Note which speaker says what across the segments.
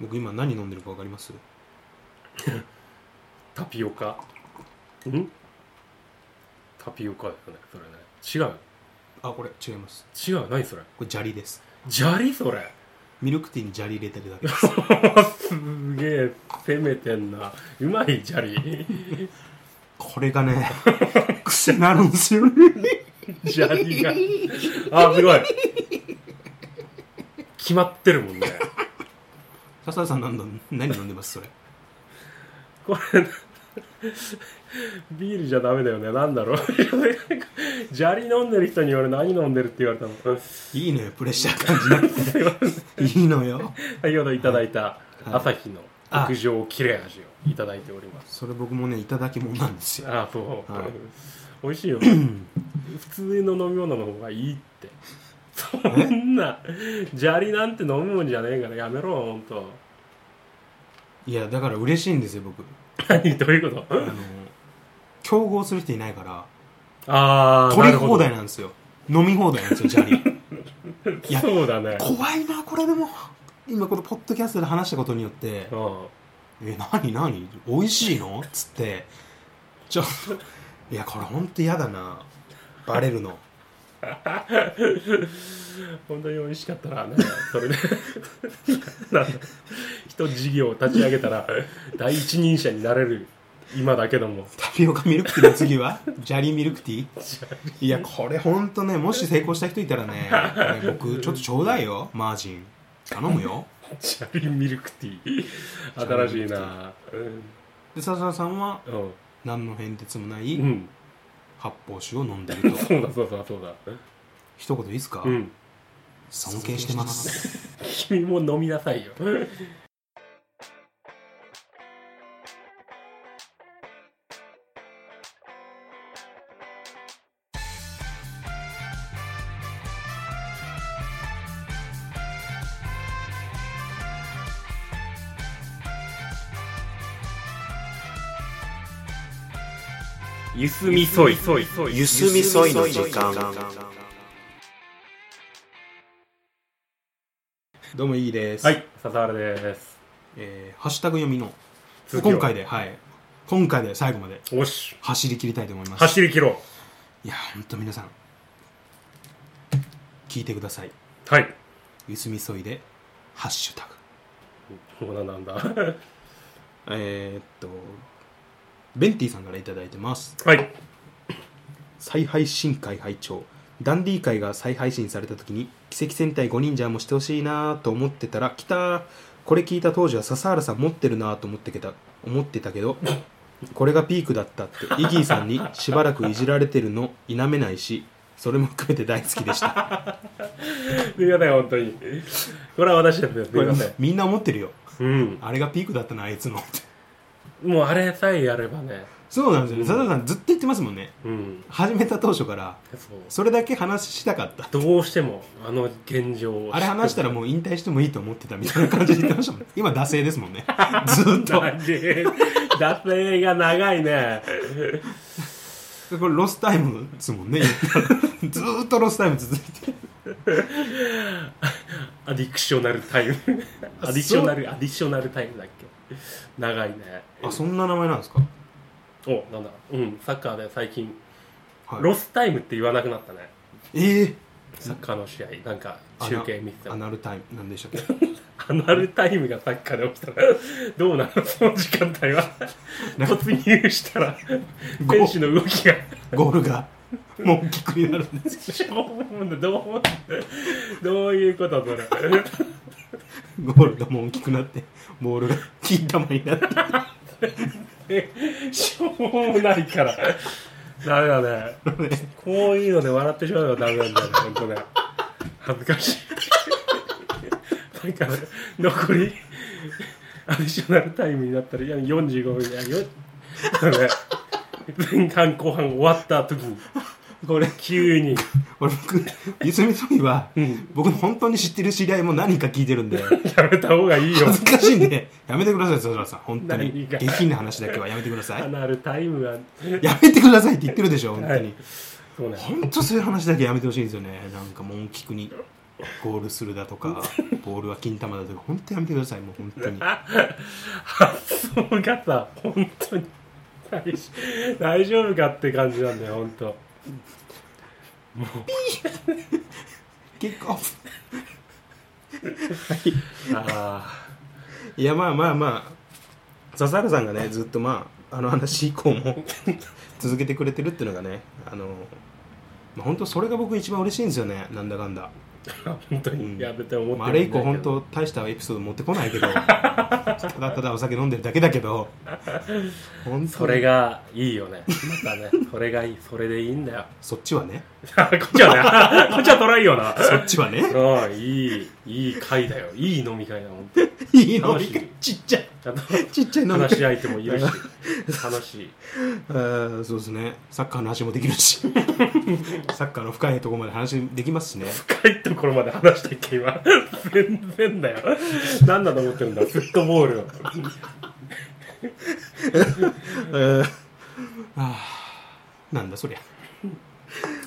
Speaker 1: 僕今何飲んでるか分かります
Speaker 2: タピオカんタピオカだよねそれね
Speaker 1: あこれ違います
Speaker 2: 違う違う何それ
Speaker 1: これ砂利です
Speaker 2: 砂利それ
Speaker 1: ミルクティーに砂利入れてるだけです
Speaker 2: すげえ攻めてんなうまい砂 利
Speaker 1: これがね癖になるんですよね
Speaker 2: 砂利があすごい決まってるもんね
Speaker 1: 笹田さん何飲ん何飲んでますそれ
Speaker 2: これビールじゃダメだよねなんだろう 砂利飲んでる人に俺何飲んでるって言われたの
Speaker 1: いいのよプレッシャー感じなくていいのよ
Speaker 2: 先ほどいただいた
Speaker 1: い
Speaker 2: 朝日の
Speaker 1: あ
Speaker 2: 極上切れ味をいただいております
Speaker 1: それ僕もねいただき物なんですよ
Speaker 2: あそう、
Speaker 1: はい
Speaker 2: 美味しい よ普通の飲み物の方がいいってそんな砂利なんて飲むもんじゃねえからやめろほんと
Speaker 1: いやだから嬉しいんですよ僕
Speaker 2: 何どういうこ
Speaker 1: あの競合する人いないから
Speaker 2: とああ
Speaker 1: 取り放題なんですよ飲み放題なんですよ砂利いや
Speaker 2: そうだね
Speaker 1: 怖いなこれでも今このポッドキャストで話したことによって
Speaker 2: う
Speaker 1: 「
Speaker 2: ん
Speaker 1: え何何美味しいの?」っつってちょっといやこれほんと嫌だなバレるの
Speaker 2: 本当に美味しかったらなんかそれで なんか一事業を立ち上げたら第一人者になれる今だけども
Speaker 1: タピオカミルクティーの次はジャリーミルクティーいやこれほんとねもし成功した人いたらねこれ僕ちょっとちょうだいよマージン頼むよ
Speaker 2: 砂利ミルクティー新しいな
Speaker 1: で笹田さんは
Speaker 2: うん、
Speaker 1: 何の変哲もな
Speaker 2: う
Speaker 1: い
Speaker 2: ん、
Speaker 1: 発泡酒を飲んでると
Speaker 2: そうだそうだそうだ
Speaker 1: 一言いいですか、
Speaker 2: うん
Speaker 1: 尊敬してます
Speaker 2: 君も飲みなさいよゆすみそい
Speaker 3: ゆすみそいの時間
Speaker 1: どうもいいです、
Speaker 2: はい笹原です
Speaker 1: えーハッシュタグ読みの
Speaker 2: 続きを
Speaker 1: 今回ではい今回で最後まで
Speaker 2: おし
Speaker 1: 走り切りたいと思います
Speaker 2: 走り切ろ
Speaker 1: いや本当皆さん聞いてくださいう
Speaker 2: はい
Speaker 1: ゆすみそいでハッシュタグ
Speaker 2: そうだなんだは
Speaker 1: えーっとベンティさんから頂いいてます
Speaker 2: い
Speaker 1: 再配信会会長ダンディ会が再配信された時に奇跡戦隊5人ジャーもしてほしいなと思ってたら来たーこれ聞いた当時は笹原さん持ってるなと思ってけた思ってたけどこれがピークだったってイギーさんにしばらくいじられてるの否めないしそれも含めて大好きで した
Speaker 2: すいません本当にこれは私ですよすいません
Speaker 1: みんな思ってるよ
Speaker 2: うん
Speaker 1: あれがピークだったなあいつのって
Speaker 2: もうあれさえやればね
Speaker 1: そうなんですよね笹原さんずっと言ってますもんね
Speaker 2: うん
Speaker 1: 始めた当初から
Speaker 2: そう
Speaker 1: それだけ話したかった
Speaker 2: どうしてもあの現状を
Speaker 1: あれ話したらもう引退してもいいと思ってたみたいな感じで言ってましたも ん今惰性ですもんねずーっと
Speaker 2: だけ 脱線が長いね
Speaker 1: これロスタイムですもんね言ったらずーっとロスタイム続いて
Speaker 2: アディクショナルタイムアディショナルアディショナルタイムだっけ長いね
Speaker 1: あそんな名前なんですか、
Speaker 2: おなんだうんサッカーで最近
Speaker 1: はい
Speaker 2: ロスタイムって言わなくなったね
Speaker 1: ええ
Speaker 2: サッカーの試合なんか中継見てた
Speaker 1: ア
Speaker 2: ら
Speaker 1: ナルタイムなんでしたっ
Speaker 2: アナルタイムがサッカーで起きた らどうなのその時間帯は突入したら選手の動きが
Speaker 1: けゴールがもう大きくなるんです
Speaker 2: どうどういうことそれ
Speaker 1: ゴールがもう大きくなってボールが金玉になって
Speaker 2: しょうもないからダメだねこういうので笑ってしまうのがダメなんだよね本当ね恥ずかしいなんかね残りアディショナルタイムになったらいや45分いやよだね前半後半終わった時に
Speaker 1: これ
Speaker 2: 急に
Speaker 1: 俺僕ゆすみそいは、
Speaker 2: ん
Speaker 1: 僕の本当に知ってる知り合いも何人か聞いてるんで
Speaker 2: やめた方がいいよ
Speaker 1: 恥ずかしいんでやめてください笹原さん本当
Speaker 2: 何
Speaker 1: に
Speaker 2: が
Speaker 1: 下品な話だけはやめてください
Speaker 2: アナルタイムは
Speaker 1: やめてくださいって言ってるでしょ、本当に。
Speaker 2: そうね
Speaker 1: 本当そういう話だけやめてほしいんですよね。なんか、文句聞くに。ゴールするだとかボールは金玉だとか本当やめてくださいもう本当に
Speaker 2: 発想がさ本当に大丈夫大丈夫かって感じなんだよ本当
Speaker 1: キックオフ
Speaker 2: あ
Speaker 1: いやまあまあまあ笹原さんがねずっとまああの話以降も続けてくれてるっていうのがねあの、まあ、本当それが僕一番嬉しいんですよねなんだかんだ、
Speaker 2: あ本当
Speaker 1: うん
Speaker 2: にやめて思ってる
Speaker 1: ま
Speaker 2: んだ
Speaker 1: あ、あれ以降本当大したエピソード持ってこない けどただただお酒飲んでるだけだけど本当に
Speaker 2: それがいいよね またねそれがいいそれでいいんだよ
Speaker 1: そっちはね
Speaker 2: こっちはねこっちはトライよな
Speaker 1: そっちはね
Speaker 2: うんいいいい会だよいい飲み会だ本当に
Speaker 1: いいの
Speaker 2: 楽しい
Speaker 1: ちっちゃい
Speaker 2: ちゃ んと
Speaker 1: ちっちゃいの
Speaker 2: 話し相手もい るし楽しい
Speaker 1: あーそうですねサッカーの話もできる しサッカーの深いところまで話できますしね
Speaker 2: 深いところまで話したっけ今全然だよ何だと思ってるんだフットボールを
Speaker 1: あーなんだそりゃ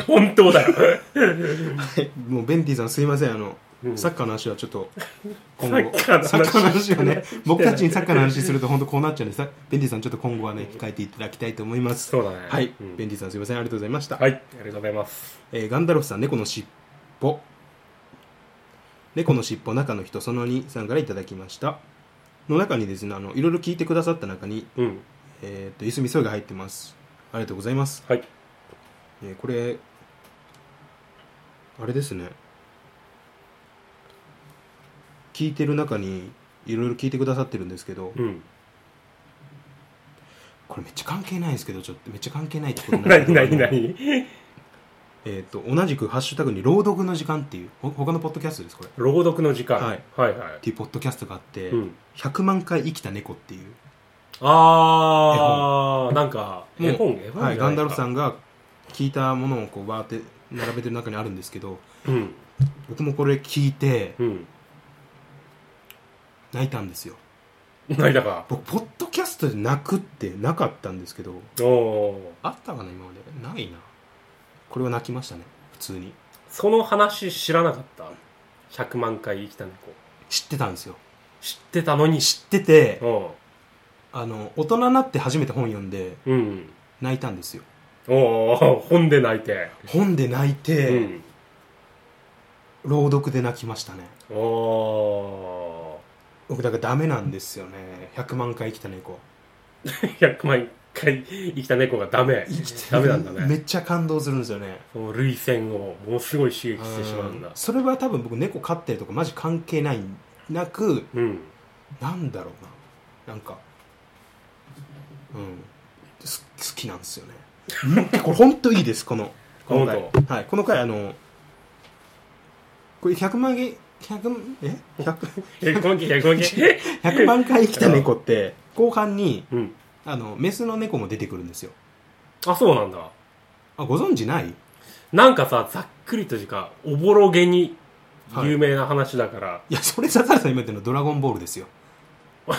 Speaker 2: 本当だよ
Speaker 1: はい もうベンティさんすいませんあの、
Speaker 2: うん
Speaker 1: サッカーの話はちょっと今
Speaker 2: サッ
Speaker 1: 後
Speaker 2: カーの話
Speaker 1: サッカーの話は ね僕たちにサッカーの話すると本当こうなっちゃうんでさベンティさんちょっと今後はね控えていただきたいと思います
Speaker 2: そうだね
Speaker 1: はい、
Speaker 2: うん
Speaker 1: ベンティさんすいませんありがとうございました、
Speaker 2: はいありがとうございます
Speaker 1: えーガンダルフさん猫の尻尾猫の尻尾中の人その2さんからいただきましたの中にですねあのいろいろ聞いてくださった中に
Speaker 2: うん
Speaker 1: えっ、とゆすみそいが入ってますありがとうございます
Speaker 2: はい
Speaker 1: えーこれあれですね聞いてる中にいろいろ聞いてくださってるんですけど、
Speaker 2: うん
Speaker 1: これめっちゃ関係ないんですけどちょっとめっちゃ関係ないってこと なんです
Speaker 2: 何
Speaker 1: けど
Speaker 2: 何
Speaker 1: あの
Speaker 2: 何
Speaker 1: えー、と同じく「ハッシュタグに朗読の時間」っていうほ他のポッドキャストですこれっ
Speaker 2: 朗読の時間、
Speaker 1: はい、
Speaker 2: はいは
Speaker 1: ていうポッドキャストがあって「
Speaker 2: いうん
Speaker 1: 100万回生きた猫」っていう、
Speaker 2: ああなんか絵本絵本じゃな
Speaker 1: はい、ガンダルフさ
Speaker 2: ん
Speaker 1: んが聞いたものをこうバーって並べてる中にあるんですけど
Speaker 2: うん
Speaker 1: 僕もこれ聞いて
Speaker 2: うん
Speaker 1: 泣いたんですよ
Speaker 2: 何だか
Speaker 1: 僕ポッドキャストで泣くってなかったんですけど
Speaker 2: おお
Speaker 1: あったかな今までないなこれは泣きましたね普通に
Speaker 2: その話知らなかった100万回生きた猫
Speaker 1: 知ってたんですよ
Speaker 2: 知ってたのに
Speaker 1: 知ってて
Speaker 2: お
Speaker 1: あの大人になって初めて本読んで
Speaker 2: ううん
Speaker 1: 泣いたんですよ
Speaker 2: おお本で泣いて、
Speaker 1: 本で泣いて、
Speaker 2: うん
Speaker 1: 朗読で泣きましたね
Speaker 2: お
Speaker 1: 僕だからダメなんですよね100万回生きた猫
Speaker 2: 100万回生きた猫がダメ
Speaker 1: 生きて
Speaker 2: ダメなんだね
Speaker 1: めっちゃ感動するんですよね
Speaker 2: その涙腺をものすごい刺激してしまうんだ
Speaker 1: うんそれは多分僕猫飼ってるとかマジ関係ないなく
Speaker 2: うん
Speaker 1: なんだろうななんかうんす好きなんです よねこれ本当いいですこのこの
Speaker 2: 本
Speaker 1: 回はいこの回あのこれ100万回100え100
Speaker 2: えこんきえこんき
Speaker 1: 100万回生きた猫って後半に
Speaker 2: うん
Speaker 1: あのメスの猫も出てくるんですよ
Speaker 2: あそうなんだ
Speaker 1: あご存知ない
Speaker 2: なんかさざっくりとしかおぼろげに有名な話だから、
Speaker 1: いやそれ刺された今言ってるのドラゴンボールですよ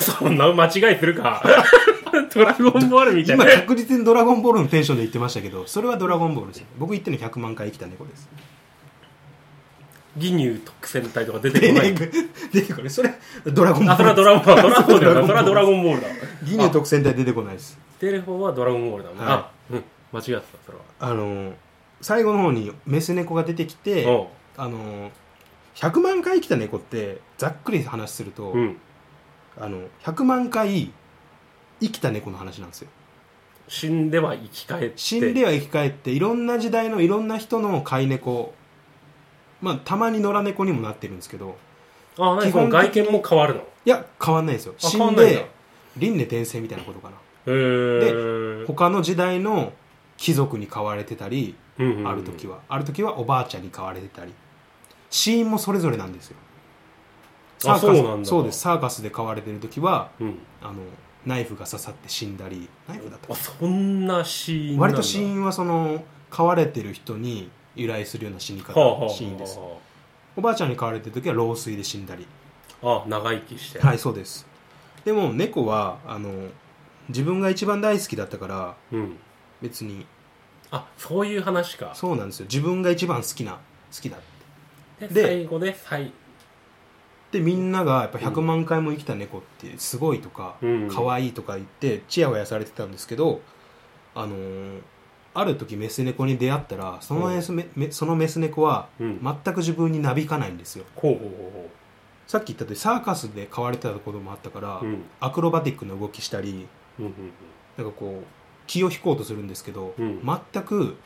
Speaker 2: そんな間違いするか ドラゴンボールみたい
Speaker 1: 今
Speaker 2: な
Speaker 1: 確実にドラゴンボールのテンションで言ってましたけどそれはドラゴンボールですよ僕言ってるの100万回生きた猫です
Speaker 2: ギニュー特戦隊とか出て
Speaker 1: で
Speaker 2: こない
Speaker 1: ね出てこれそれドラゴンボール
Speaker 2: あそれはドラゴンボールドラゴンボールだなそ
Speaker 1: ドラ
Speaker 2: れ
Speaker 1: ゴンボール
Speaker 2: はドラゴンボールだ
Speaker 1: ギニュー特選隊出てこないです
Speaker 2: テレフォンはドラゴンボールだもん、
Speaker 1: は
Speaker 2: あうん間違ってたそれは
Speaker 1: あの最後の方にメス猫が出てきて
Speaker 2: お
Speaker 1: あの100万回生きた猫ってざっくり話すると、
Speaker 2: ううん
Speaker 1: あの100万回生きた猫の話なんですよ
Speaker 2: 死んでは生き返って
Speaker 1: 死んでは生き返っていろんな時代のいろんな人の飼い猫まあたまに野良猫にもなってるんですけど
Speaker 2: あ何
Speaker 1: 基
Speaker 2: こ
Speaker 1: 本
Speaker 2: の
Speaker 1: 的に
Speaker 2: 外見も変わるの
Speaker 1: いや変わんないですよ
Speaker 2: あ
Speaker 1: 死
Speaker 2: 変わ
Speaker 1: ん
Speaker 2: んないんだ
Speaker 1: で輪廻転生みたいなことかな
Speaker 2: へー
Speaker 1: 他の時代の貴族に飼われてたり
Speaker 2: うんうんうん
Speaker 1: ある時は、ある時はおばあちゃんに飼われてたり死因もそれぞれなんですよサー
Speaker 2: あ
Speaker 1: カス
Speaker 2: そうなんだ
Speaker 1: そうですサーカスで飼われてる時は
Speaker 2: うん
Speaker 1: あのナイフが刺さって死んだりナイフだった
Speaker 2: あ
Speaker 1: か
Speaker 2: そんな死
Speaker 1: な
Speaker 2: 因なん
Speaker 1: 割
Speaker 2: だ
Speaker 1: と死因はその飼われてる人に由来するような死に方、
Speaker 2: はあはあはあ
Speaker 1: 死因ですおばあちゃんに飼われてる時は老衰で死んだり
Speaker 2: あ長生きして
Speaker 1: はいそうですでも猫はあの自分が一番大好きだったから
Speaker 2: うん
Speaker 1: 別に
Speaker 2: あそういう話か
Speaker 1: そうなんですよ自分が一番好きな好きだって
Speaker 2: で
Speaker 1: で
Speaker 2: 最後ねはい
Speaker 1: でみんながやっぱ100万回も生きた猫ってすごいとか
Speaker 2: うん
Speaker 1: 可愛いとか言ってチヤホヤされてたんですけど、あのーある時メス猫に出会ったらそのメス,、めそのメス猫は
Speaker 2: うん
Speaker 1: 全く自分になびかないんですよ
Speaker 2: ほうほうほ
Speaker 1: さっき言ったとおりサーカスで飼われてたこともあったから、
Speaker 2: うほううん
Speaker 1: アクロバティックな動きしたり
Speaker 2: うん
Speaker 1: なんかこう気を引こうとするんですけど、
Speaker 2: うん
Speaker 1: 全く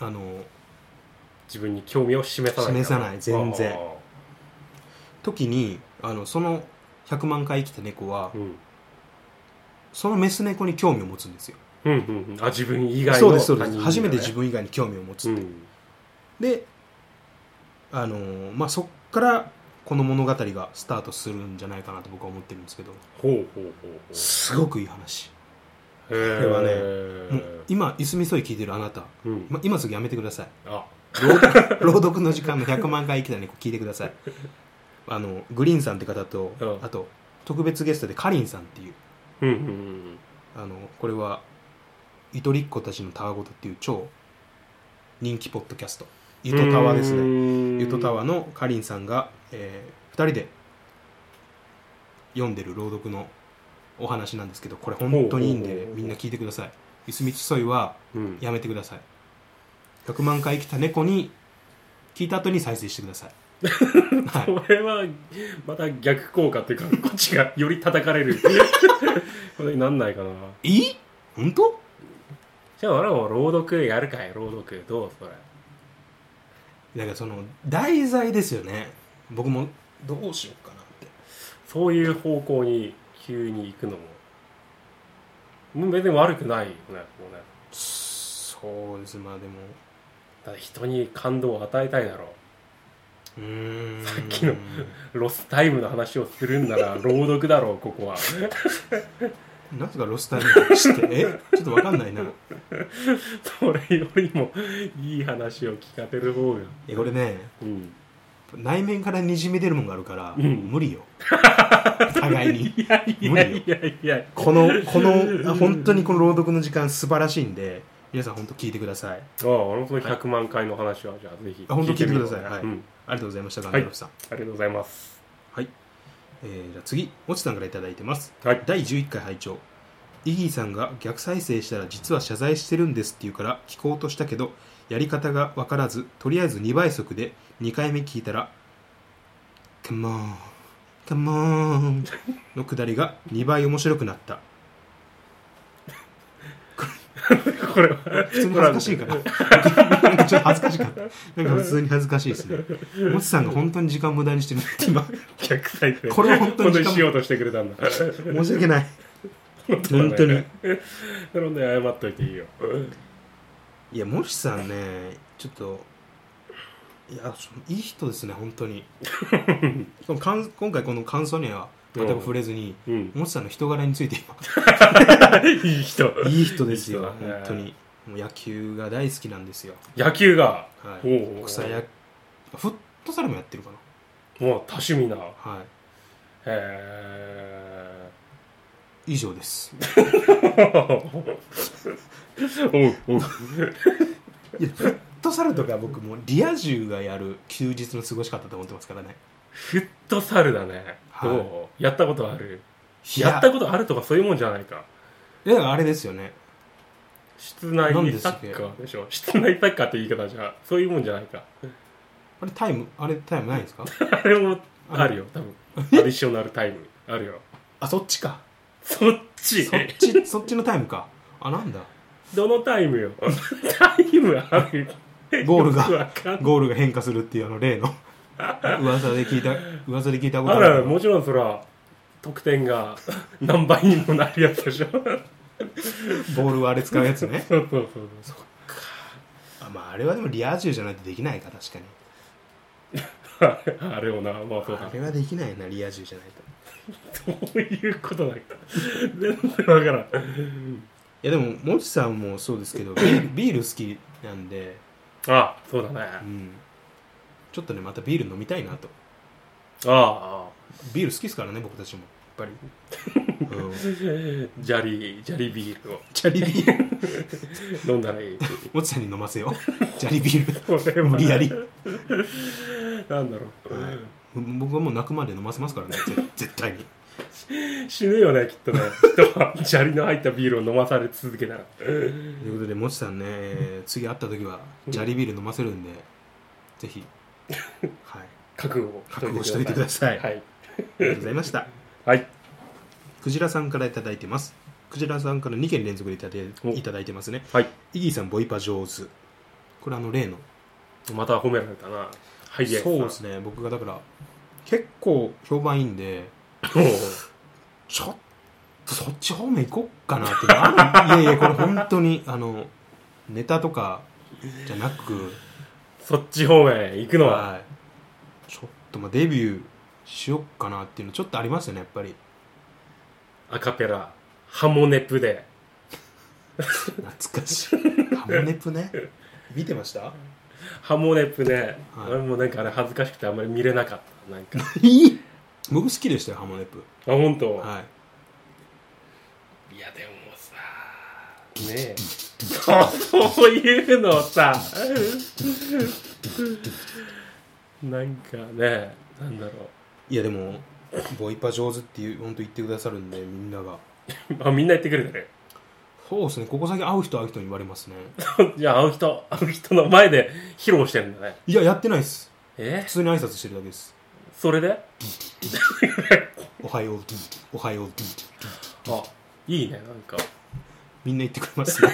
Speaker 1: あのー
Speaker 2: 自分に興味を示さない
Speaker 1: 示さない全然
Speaker 2: あ
Speaker 1: 時にあのその100万回生きた猫は
Speaker 2: ーうん
Speaker 1: そのメス猫に興味を持つんですよ、
Speaker 2: うんうんうんあ自分以外の
Speaker 1: そうですそうで
Speaker 2: 他人
Speaker 1: す
Speaker 2: にね
Speaker 1: 初めて自分以外に興味を持つ、
Speaker 2: うん
Speaker 1: であのーまあそっからこの物語がスタートするんじゃないかなと僕は思ってるんですけど
Speaker 2: ほうほうほうほう
Speaker 1: すごくいい話
Speaker 2: これ
Speaker 1: れはねもう今いすみそい聞いてるあなた、
Speaker 2: うん
Speaker 1: ま、今すぐやめてください
Speaker 2: あ
Speaker 1: 朗読朗読の時間の100万回生きた猫聞いてくださいあのグリーンさんって方と、
Speaker 2: うん
Speaker 1: あと特別ゲストでかりんさんっていう
Speaker 2: うんうんうん
Speaker 1: あのこれは「ゆとりっ子たちのたわごと」っていう超人気ポッドキャストゆとたわですね
Speaker 2: ね
Speaker 1: ゆとたわのかりんさんが、え2人で読んでる朗読のお話なんですけどこれ本当にいいん
Speaker 2: ほうほう
Speaker 1: で
Speaker 2: ほう
Speaker 1: みんな聞いてください「ゆすみつそい」は
Speaker 2: うん
Speaker 1: やめてください100万回生きた猫に聞いた後に再生してく ださいはい
Speaker 2: これはまた逆効果っていうかこっちがより叩かれ るこれになんないかな
Speaker 1: え本当
Speaker 2: じゃあ俺も朗読やるかい朗読どうそれ
Speaker 1: なんかその題材ですよね僕もどうしようかなって
Speaker 2: そういう方向に急に行くのももう別に悪くないよねもうね
Speaker 1: そうですまあでも
Speaker 2: だって人に感動を与えたいだろ
Speaker 1: うーん
Speaker 2: さっきのうロスタイムの話をするんなら朗読だろうここは
Speaker 1: なんとかロスタイムの話ってえちょっとわかんないな
Speaker 2: それよりもいい話を聞かせる方が
Speaker 1: えこれね
Speaker 2: うん
Speaker 1: 内面からにじみ出るもんがあるから、
Speaker 2: うん
Speaker 1: 無理よ 互いに
Speaker 2: いやいやいやいや
Speaker 1: このこのあ本当にこの朗読の時間素晴らしいんで皆さん本当聞いてください
Speaker 2: ああ、俺もその100万回の話は、じゃあぜひ。
Speaker 1: あ本当聞いて
Speaker 2: み
Speaker 1: く
Speaker 2: よ
Speaker 1: だ
Speaker 2: う
Speaker 1: さいはい、
Speaker 2: うん。
Speaker 1: ありがとうございましたガンダルフさん
Speaker 2: ありがとうございます。
Speaker 1: はい、えーじゃあ次もちさんから頂いただいてます
Speaker 2: はい。
Speaker 1: 第11回拝聴イギーさんが逆再生したら実は謝罪してるんですって言うから聞こうとしたけどやり方が分からずとりあえず2倍速で2回目聞いたら「Come on Come on」のくだりが2倍面白くなった
Speaker 2: これは、
Speaker 1: 普通に恥ずかしいからなんかちょっと恥ずかしかったなんか普通に恥ずかしいですねもちさんが本当に時間無駄にしてるって今
Speaker 2: 逆再生。
Speaker 1: これは本当に時間
Speaker 2: しようとしてくれたんだ。
Speaker 1: 申し訳ない本当 に。
Speaker 2: なので謝っといていいよ。
Speaker 1: いやもしさんねちょっといやそいい人ですね本当 にしかもかん今回この感想には全く触れずに、
Speaker 2: うん。
Speaker 1: もしさんの人柄について今
Speaker 2: いい人。
Speaker 1: いい人ですよ
Speaker 2: いい人だね
Speaker 1: 本当にもう野球が大好きなんですよ、
Speaker 2: 野球が、
Speaker 1: はい、
Speaker 2: おうおうおう
Speaker 1: 国際野フットサルもやってるか
Speaker 2: もう多趣味な。へ
Speaker 1: なはい
Speaker 2: え。
Speaker 1: 以上です
Speaker 2: おうおう。
Speaker 1: いやフットサルとか僕もうリア充がやる休日の過ごし方と思ってますからね
Speaker 2: フットサルだね。
Speaker 1: はい
Speaker 2: どうやったことある
Speaker 1: いや
Speaker 2: やったことあるとかそういうもんじゃないか。
Speaker 1: いやあれですよね
Speaker 2: 室内
Speaker 1: なんです
Speaker 2: サ
Speaker 1: っ
Speaker 2: ッ
Speaker 1: け
Speaker 2: カーでしょ室内サッカーって言い方じゃそういうもんじゃないか
Speaker 1: あれタイムあれタイムないんですか
Speaker 2: あれもあるよ多分アディショナルタイムあるよ
Speaker 1: あそっちか
Speaker 2: そっち
Speaker 1: そっち、そっちのタイムか。あ、なんだ。
Speaker 2: どのタイムよタイムある
Speaker 1: ゴール
Speaker 2: よく
Speaker 1: が、
Speaker 2: わかんない
Speaker 1: ゴールが変化するっていうあの例の。噂で聞いた、噂で聞いたこと
Speaker 2: あ
Speaker 1: あ
Speaker 2: ら
Speaker 1: る。
Speaker 2: もちろんそら得点が 何倍にもなるやつでしょそう
Speaker 1: ボールはあれ使うやつ ね。
Speaker 2: そうそうそう
Speaker 1: あまあ、あれはでもリア充じゃないとできないか、確かに。
Speaker 2: あれをなまあそうだ
Speaker 1: あれはできないな、リア充じゃないと。
Speaker 2: どういうことだっけ全然わからん
Speaker 1: いや、でも、もちさんもそうですけど、ビールビール好きなんで、
Speaker 2: あそうだね
Speaker 1: うん。ちょっとね、またビール飲みたいなと。
Speaker 2: ああ
Speaker 1: ビール好きですからね、僕 たちも。やっぱり。うん
Speaker 2: ジャリジャリビールを
Speaker 1: チャリビール。
Speaker 2: 飲んだらいいって
Speaker 1: もちさんに飲ませ ようジャリビール
Speaker 2: 俺は
Speaker 1: 無理やり
Speaker 2: なんだろ
Speaker 1: 僕はもう泣くまで飲ませますからねぜ絶対に
Speaker 2: う死ぬよねきっとね 人は砂利の入ったビールを飲まされ続けたら
Speaker 1: ということでもちさんねえー次会った時はジャリビール飲ませるんでぜひはい
Speaker 2: 覚悟を
Speaker 1: 覚悟しといてください
Speaker 2: はい
Speaker 1: ありがとうございました
Speaker 2: はい
Speaker 1: クジラさんからいただいてますクジラさんから2件連続でいただ
Speaker 2: お
Speaker 1: いいただいてますね
Speaker 2: はい
Speaker 1: イギーさんボイパ上手これあの例の
Speaker 2: また褒められたなはい
Speaker 1: そうですね僕がだから結構評判いいんでちょっとそっち方面行こっかなってな いやいやこれ本当にあのネタとかじゃなく
Speaker 2: そっち方面行くのは
Speaker 1: はいちょっとまあデビューしよっかなっていうのちょっとありますよねやっぱり
Speaker 2: アカペラハモネプで
Speaker 1: 懐かしいハモネプね見てました
Speaker 2: ハモネプね、
Speaker 1: はい
Speaker 2: 俺もなんかあれ恥ずかしくてあんまり見れなかったなんか あ
Speaker 1: 僕好きでしたよハモネプ
Speaker 2: 本当、
Speaker 1: はい
Speaker 2: い、やでもさねえそういうのさなんかねなんだろ
Speaker 1: いやでもボイパ上手っていう本当言ってくださるんでみんなが
Speaker 2: うあみんな言ってくれたね
Speaker 1: そうですねここ最近会う人会う人に言われますね
Speaker 2: じゃあ会う人会う人の前で披露してるんだね
Speaker 1: いややってないです
Speaker 2: え
Speaker 1: 普通に挨拶してるだけです
Speaker 2: それで
Speaker 1: おはようおはよう
Speaker 2: あいいねなんか
Speaker 1: みんな言ってくれますね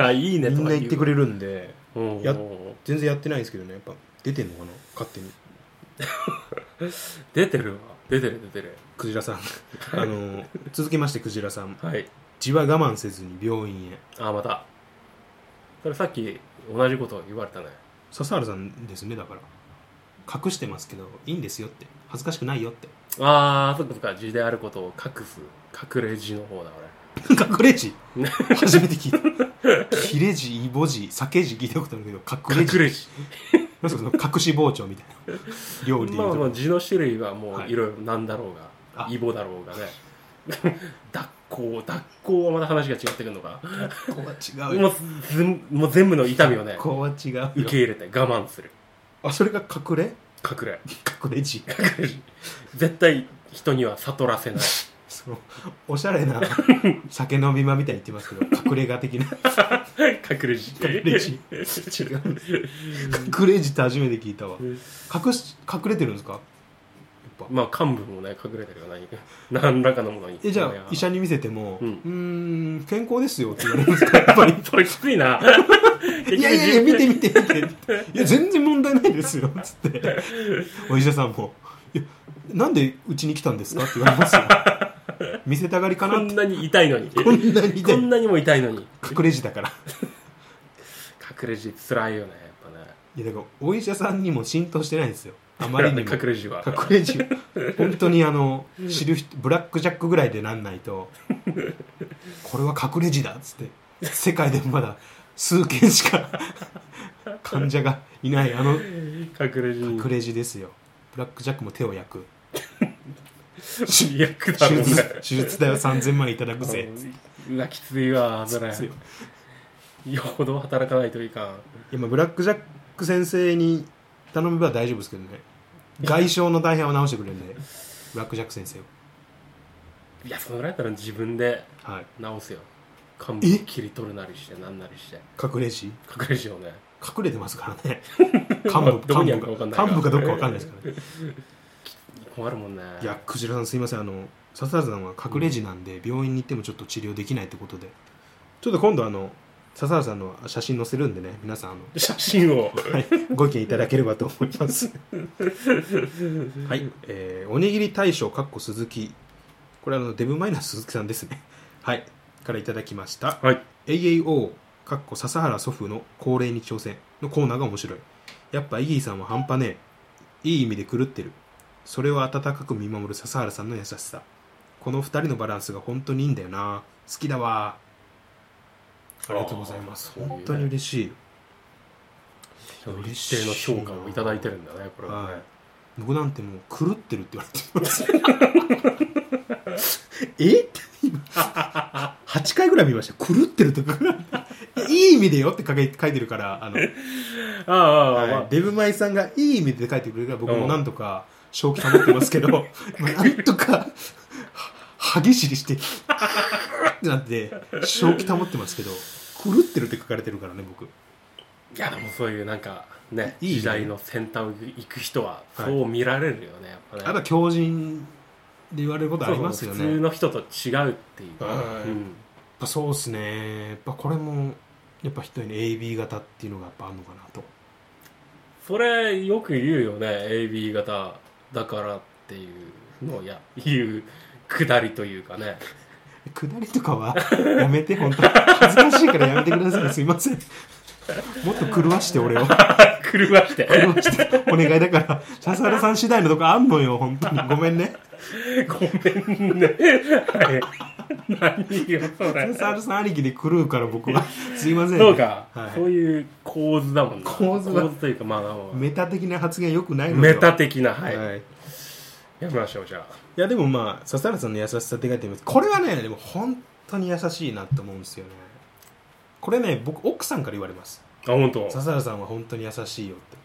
Speaker 2: あいい ね
Speaker 1: み
Speaker 2: と
Speaker 1: ん
Speaker 2: か
Speaker 1: な言ってく
Speaker 2: れ
Speaker 1: れるんで
Speaker 2: うん
Speaker 1: や全然やってないんですけどねやっぱ出てんのかな勝手に
Speaker 2: 出てるわ出てる出てる
Speaker 1: クジラさんあの続きましてクジラさん
Speaker 2: はい
Speaker 1: 血は我慢せずに病院へ
Speaker 2: あまたそれさっき同じこと言われたね
Speaker 1: 笹原さんですねだから隠してますけどいいんですよって恥ずかしくないよって
Speaker 2: ああそっかそっか字であることを隠す隠れ字の方だ
Speaker 1: 隠れ 字
Speaker 2: ね
Speaker 1: 初めて聞いた切れ字イボ字酒字聞いたことあるけど
Speaker 2: 俺
Speaker 1: 隠れ字
Speaker 2: 隠れ字
Speaker 1: なんすかその隠し包丁みたいな料理で
Speaker 2: ま
Speaker 1: 言う
Speaker 2: あ
Speaker 1: と、
Speaker 2: まあ字の種類はも
Speaker 1: は
Speaker 2: う
Speaker 1: い
Speaker 2: いろいろなんだろうが、
Speaker 1: あ
Speaker 2: イボだろうがね 脱行脱行はまた話が違ってくるのか
Speaker 1: ここは違うよ
Speaker 2: もう全もう全部の痛みをね
Speaker 1: ここは違うよ
Speaker 2: 受け入れて我慢する
Speaker 1: あそれが隠れ
Speaker 2: 隠れ
Speaker 1: 隠れ 字
Speaker 2: 隠れ字絶対人には悟らせない
Speaker 1: そのおしゃ れな酒飲み間みたいに言ってますけど隠れ家的 な
Speaker 2: 隠れ字
Speaker 1: 隠れ字違う隠れ字って初めて聞いたわ隠し隠れてるんですかやっぱ
Speaker 2: まあ幹部もね隠れてるよ何か 何らかのものに
Speaker 1: えじゃ
Speaker 2: いや
Speaker 1: あ医者に見せても「う
Speaker 2: うん
Speaker 1: ーん健康ですよ」って言われるん ですかやっぱり
Speaker 2: それきついな
Speaker 1: いやいやいや見て見て見ていや全然問題ないですよつって お医者さんもいや「なんでうちに来たんですか?」って言われますよ見せたがりか
Speaker 2: こ
Speaker 1: なっ
Speaker 2: ん
Speaker 1: て
Speaker 2: なに痛いのに
Speaker 1: こんなに
Speaker 2: こ
Speaker 1: で
Speaker 2: んなにも痛いのに
Speaker 1: 隠れ字だから
Speaker 2: 隠れ字つらいよねやっ
Speaker 1: いやだからお医者さんにも浸透してないんですよあ
Speaker 2: ぱ
Speaker 1: ま
Speaker 2: ね
Speaker 1: りにも
Speaker 2: 隠れ字は
Speaker 1: 隠れ字本当にあの知る人ブラックジャックぐらいでなんないとこれは隠れ字だっつって世界でもまだ数件しか患者がいないあの
Speaker 2: 隠れ字に
Speaker 1: 隠れ字ですよブラックジャックも手を焼く
Speaker 2: 最悪だろ
Speaker 1: 手
Speaker 2: うね
Speaker 1: 術手術代は3000万いただくぜ
Speaker 2: うんうわきついわそれ
Speaker 1: ついよ
Speaker 2: よほど働かないといかん
Speaker 1: いやまあブラックジャック先生に頼めば大丈夫ですけどね外傷の大半は治してくれるんでブラックジャック先生を
Speaker 2: いやそれやったら自分で
Speaker 1: はい
Speaker 2: 直すよ幹部を切り取るなりしてなんなりして
Speaker 1: 隠れ字
Speaker 2: 隠れ字をね
Speaker 1: 隠れてますから ね幹部
Speaker 2: どこにあ
Speaker 1: 幹
Speaker 2: るか
Speaker 1: 部
Speaker 2: 分かんない
Speaker 1: 幹部かどっか分かんないですからね
Speaker 2: 困るもんね
Speaker 1: いやクジラさんすいませんあの笹原さんは隠れ字なんで、病院に行ってもちょっと治療できないってことでちょっと今度あの笹原さんの写真載せるんでね皆さんあの
Speaker 2: 写真を
Speaker 1: はい、ご意見いただければと思います。 はい、えーおにぎり大賞かっこ鈴木。これあのデブマイナス鈴木さんですね。 はい、からいただきました。
Speaker 2: はい
Speaker 1: AAO かっこ笹原祖父の恒例に挑戦のコーナーが面白い。やっぱイギーさんは半端ねえ。いい意味で狂ってる。それを温かく見守る笹原さんの優しさ。この二人のバランスが本当にいいんだよな。好きだわ。ありがとうございます。
Speaker 2: あー
Speaker 1: 本当に嬉しい。
Speaker 2: 一定の評価をいただいてるんだねこれはね、
Speaker 1: はい僕なんてもう狂ってるって言われてます えって8回ぐらい見ました狂ってるとかいい意味でよって書け書いてるからあの、
Speaker 2: ああ、ああま
Speaker 1: は
Speaker 2: あ
Speaker 1: い、デブマイさんがいい意味で書いてくれるから僕もなんとか正気保ってます けどまあなんとかは歯ぎしりしてってなって正気保ってますけど狂ってるって書かれてるからね僕
Speaker 2: いやでもそういうなんかね
Speaker 1: いいね
Speaker 2: 時代の先端を行く人は
Speaker 1: はい
Speaker 2: そう見られるよね、やっ
Speaker 1: や
Speaker 2: ぱ
Speaker 1: っ
Speaker 2: ね
Speaker 1: ぱ強靭で言われることありますよ
Speaker 2: そう普通
Speaker 1: ねやっ
Speaker 2: の人と違うっていう、
Speaker 1: はい
Speaker 2: うん
Speaker 1: ぱそうですねやっぱこれもやっぱ人に AB 型っていうのがやっぱあるのかなと
Speaker 2: それよく言うよね AB 型だからっていうのをや言うくだりというか ね
Speaker 1: 下りとかはやめて本当恥ずかしいからやめてくださいねすいませんもっと狂わして俺を
Speaker 2: 狂わして
Speaker 1: 狂わしてお願いだから笹原さん次第のとこあんのよ本当にごめんね
Speaker 2: ごめんね。はい。何よ、それ。
Speaker 1: 笹原さんありきで狂うから僕はすいませんね、
Speaker 2: そうか、
Speaker 1: はい
Speaker 2: そういう構図だもんな。
Speaker 1: 構図だ
Speaker 2: というか、まあまあま
Speaker 1: メタ的な発言よくな
Speaker 2: あ、
Speaker 1: いのよ
Speaker 2: メタ的な、はい。
Speaker 1: はい
Speaker 2: やめましょう、じゃ
Speaker 1: いやでもまあ笹原さんの優しさって書いてますこれはねでも本当に優しいなと思うんですよねこれね僕奥さんから言われます
Speaker 2: あ。あ、本当。
Speaker 1: 笹原さんは本当に優しいよって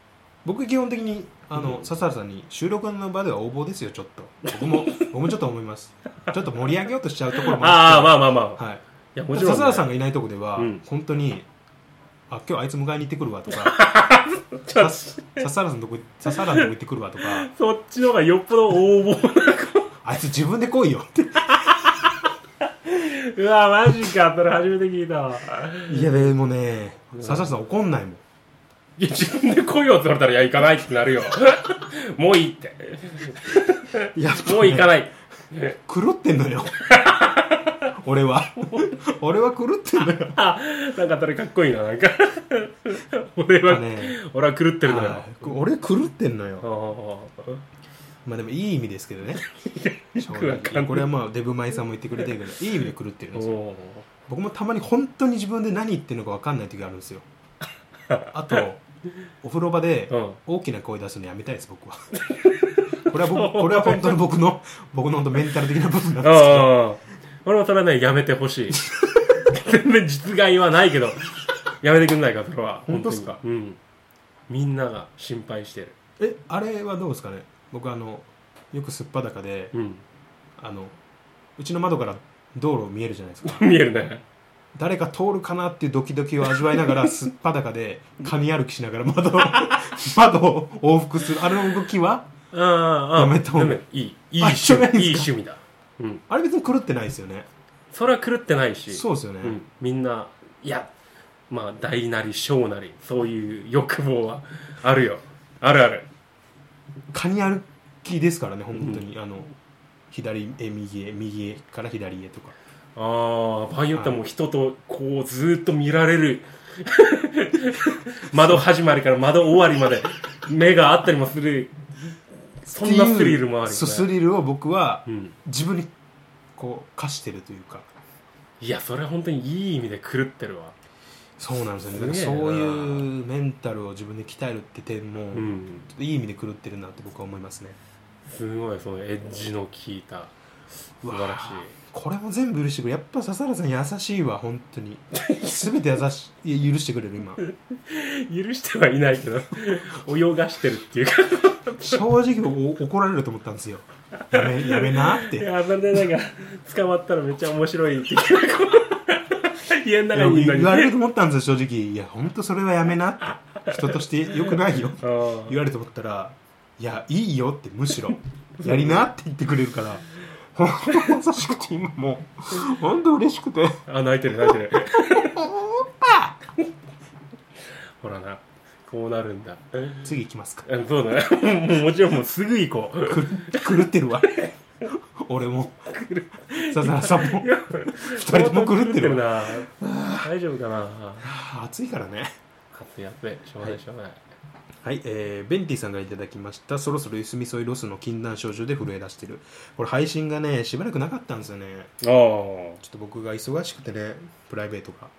Speaker 1: 僕基本的にあの、
Speaker 2: うん
Speaker 1: 笹原さんに収録の場では横暴ですよちょっと僕 も僕もちょっと思いますちょっと盛り上げようとしちゃうところも
Speaker 2: ああ、
Speaker 1: あ
Speaker 2: まあまあまあ。
Speaker 1: って、
Speaker 2: い、
Speaker 1: はい、
Speaker 2: や、もちろん、
Speaker 1: 笹原さん
Speaker 2: が。
Speaker 1: がいないとこでは、
Speaker 2: うん
Speaker 1: 本当にあ今日あいつ迎えに行ってくるわとか さ笹原さんのとこ笹原さんのとこ行ってくるわとか
Speaker 2: そっちの方がよっぽど応募。
Speaker 1: あいつ自分で来いよって
Speaker 2: うわ、マジか。それ初めて聞いたわ。
Speaker 1: いやでもね笹原さん怒んないもん
Speaker 2: いや、自分で来いよって言われたら、いや、行かないってなるよ。 もういいって。
Speaker 1: やっぱね
Speaker 2: もう行かない。
Speaker 1: 狂ってんの よ俺は俺は狂ってんの よ
Speaker 2: あ、なんかそれかっこいいな、なんか。 俺は、
Speaker 1: ね
Speaker 2: 俺は狂ってるのよ
Speaker 1: は。い俺狂ってんのよ
Speaker 2: ああ。
Speaker 1: まあでもいい意味ですけ どね正
Speaker 2: くわかんな
Speaker 1: 直
Speaker 2: い
Speaker 1: これはまあデブマイさんも言ってくれてるけどいい意味で狂ってるんですよ
Speaker 2: おー
Speaker 1: 僕もたまに本当に自分で何言ってるのか分かんない時があるんですよあと お風呂場で
Speaker 2: うん
Speaker 1: 大きな声出すのやめたいです僕はこれは僕これは本当に僕の僕の本当メンタル的な部分なんですけど
Speaker 2: ああ俺もそれはねやめてほしい全然実害はないけどやめてくんないかそれは
Speaker 1: 本当っすか
Speaker 2: にうんみんなが心配してる
Speaker 1: えあれはどうですかね僕あのよく素っ裸で
Speaker 2: うん
Speaker 1: あのうちの窓から道路見えるじゃないですか
Speaker 2: 見えるね
Speaker 1: 誰か通るかなっていうドキドキを味わいながらすっぱだかで髪歩きしながら窓を 窓を往復するあれの動きは
Speaker 2: ああああ
Speaker 1: やめた方が
Speaker 2: でもいいいい
Speaker 1: あ
Speaker 2: 趣
Speaker 1: 一緒なんですか
Speaker 2: 味いい趣味だうん
Speaker 1: あれ別に狂ってないですよね
Speaker 2: それは狂ってないし
Speaker 1: そうですよね、
Speaker 2: うん、みんないやまあ大なり小なりそういう欲望はあるよあるある
Speaker 1: カニ歩きですからね本当に、あの左へ右へ右へから左へとか
Speaker 2: ああ、場合によってはもう人とこうずーっと見られる。 窓始まりから窓終わりまで目があったりもする。そんなスリルもある
Speaker 1: そう
Speaker 2: よ
Speaker 1: ス
Speaker 2: ね。
Speaker 1: リルを僕は
Speaker 2: うん。
Speaker 1: 自分にこう課してるというか
Speaker 2: いや、それは本当にいい意味で狂ってるわ。
Speaker 1: そうなんですよね
Speaker 2: すげえな
Speaker 1: だからそういうメンタルを自分で鍛えるって点も、
Speaker 2: うん。
Speaker 1: ちょっといい意味で狂ってるなって僕は思いますね
Speaker 2: すごい、そのエッジの効いた。素晴らし
Speaker 1: これも全部許してくれやっぱ笹原さん優しいわ本当 に全て優しいいや許してくれる今
Speaker 2: い。許してはいないけど、 泳がしてるっていうか。
Speaker 1: 正直お怒られると思ったんですよやめやめなっ
Speaker 2: い
Speaker 1: て
Speaker 2: や、それでなんか、捕まったらめっちゃ面白いっていうか。こう家の中 にいる
Speaker 1: 言
Speaker 2: の
Speaker 1: わ
Speaker 2: に。
Speaker 1: れると思ったんですよ正直いや本当それはやめなって人としてよくないよ
Speaker 2: あー
Speaker 1: 言われると思ったらいやいいよってむしろやりなって言ってくれるから本当に優しくて今もう本当嬉しくて
Speaker 2: あ、泣いてる泣いてる。ほらな、こうなるんだ。うん
Speaker 1: 次行きますか
Speaker 2: そうだ ね。もうもちろんもうすぐ行こう。
Speaker 1: 狂ってるわ俺も笹原さんも二人とも狂って るわ
Speaker 2: な。大丈夫かな。
Speaker 1: あー暑いからね
Speaker 2: 熱い熱い。しょうがないしょうがない。
Speaker 1: はい、えーベンティさんがいただきましたそろそろゆすみそいロスの禁断症状で震え出してるこれ配信がねしばらくなかったんですよね
Speaker 2: あ
Speaker 1: ちょっと僕が忙しくてねプライベート が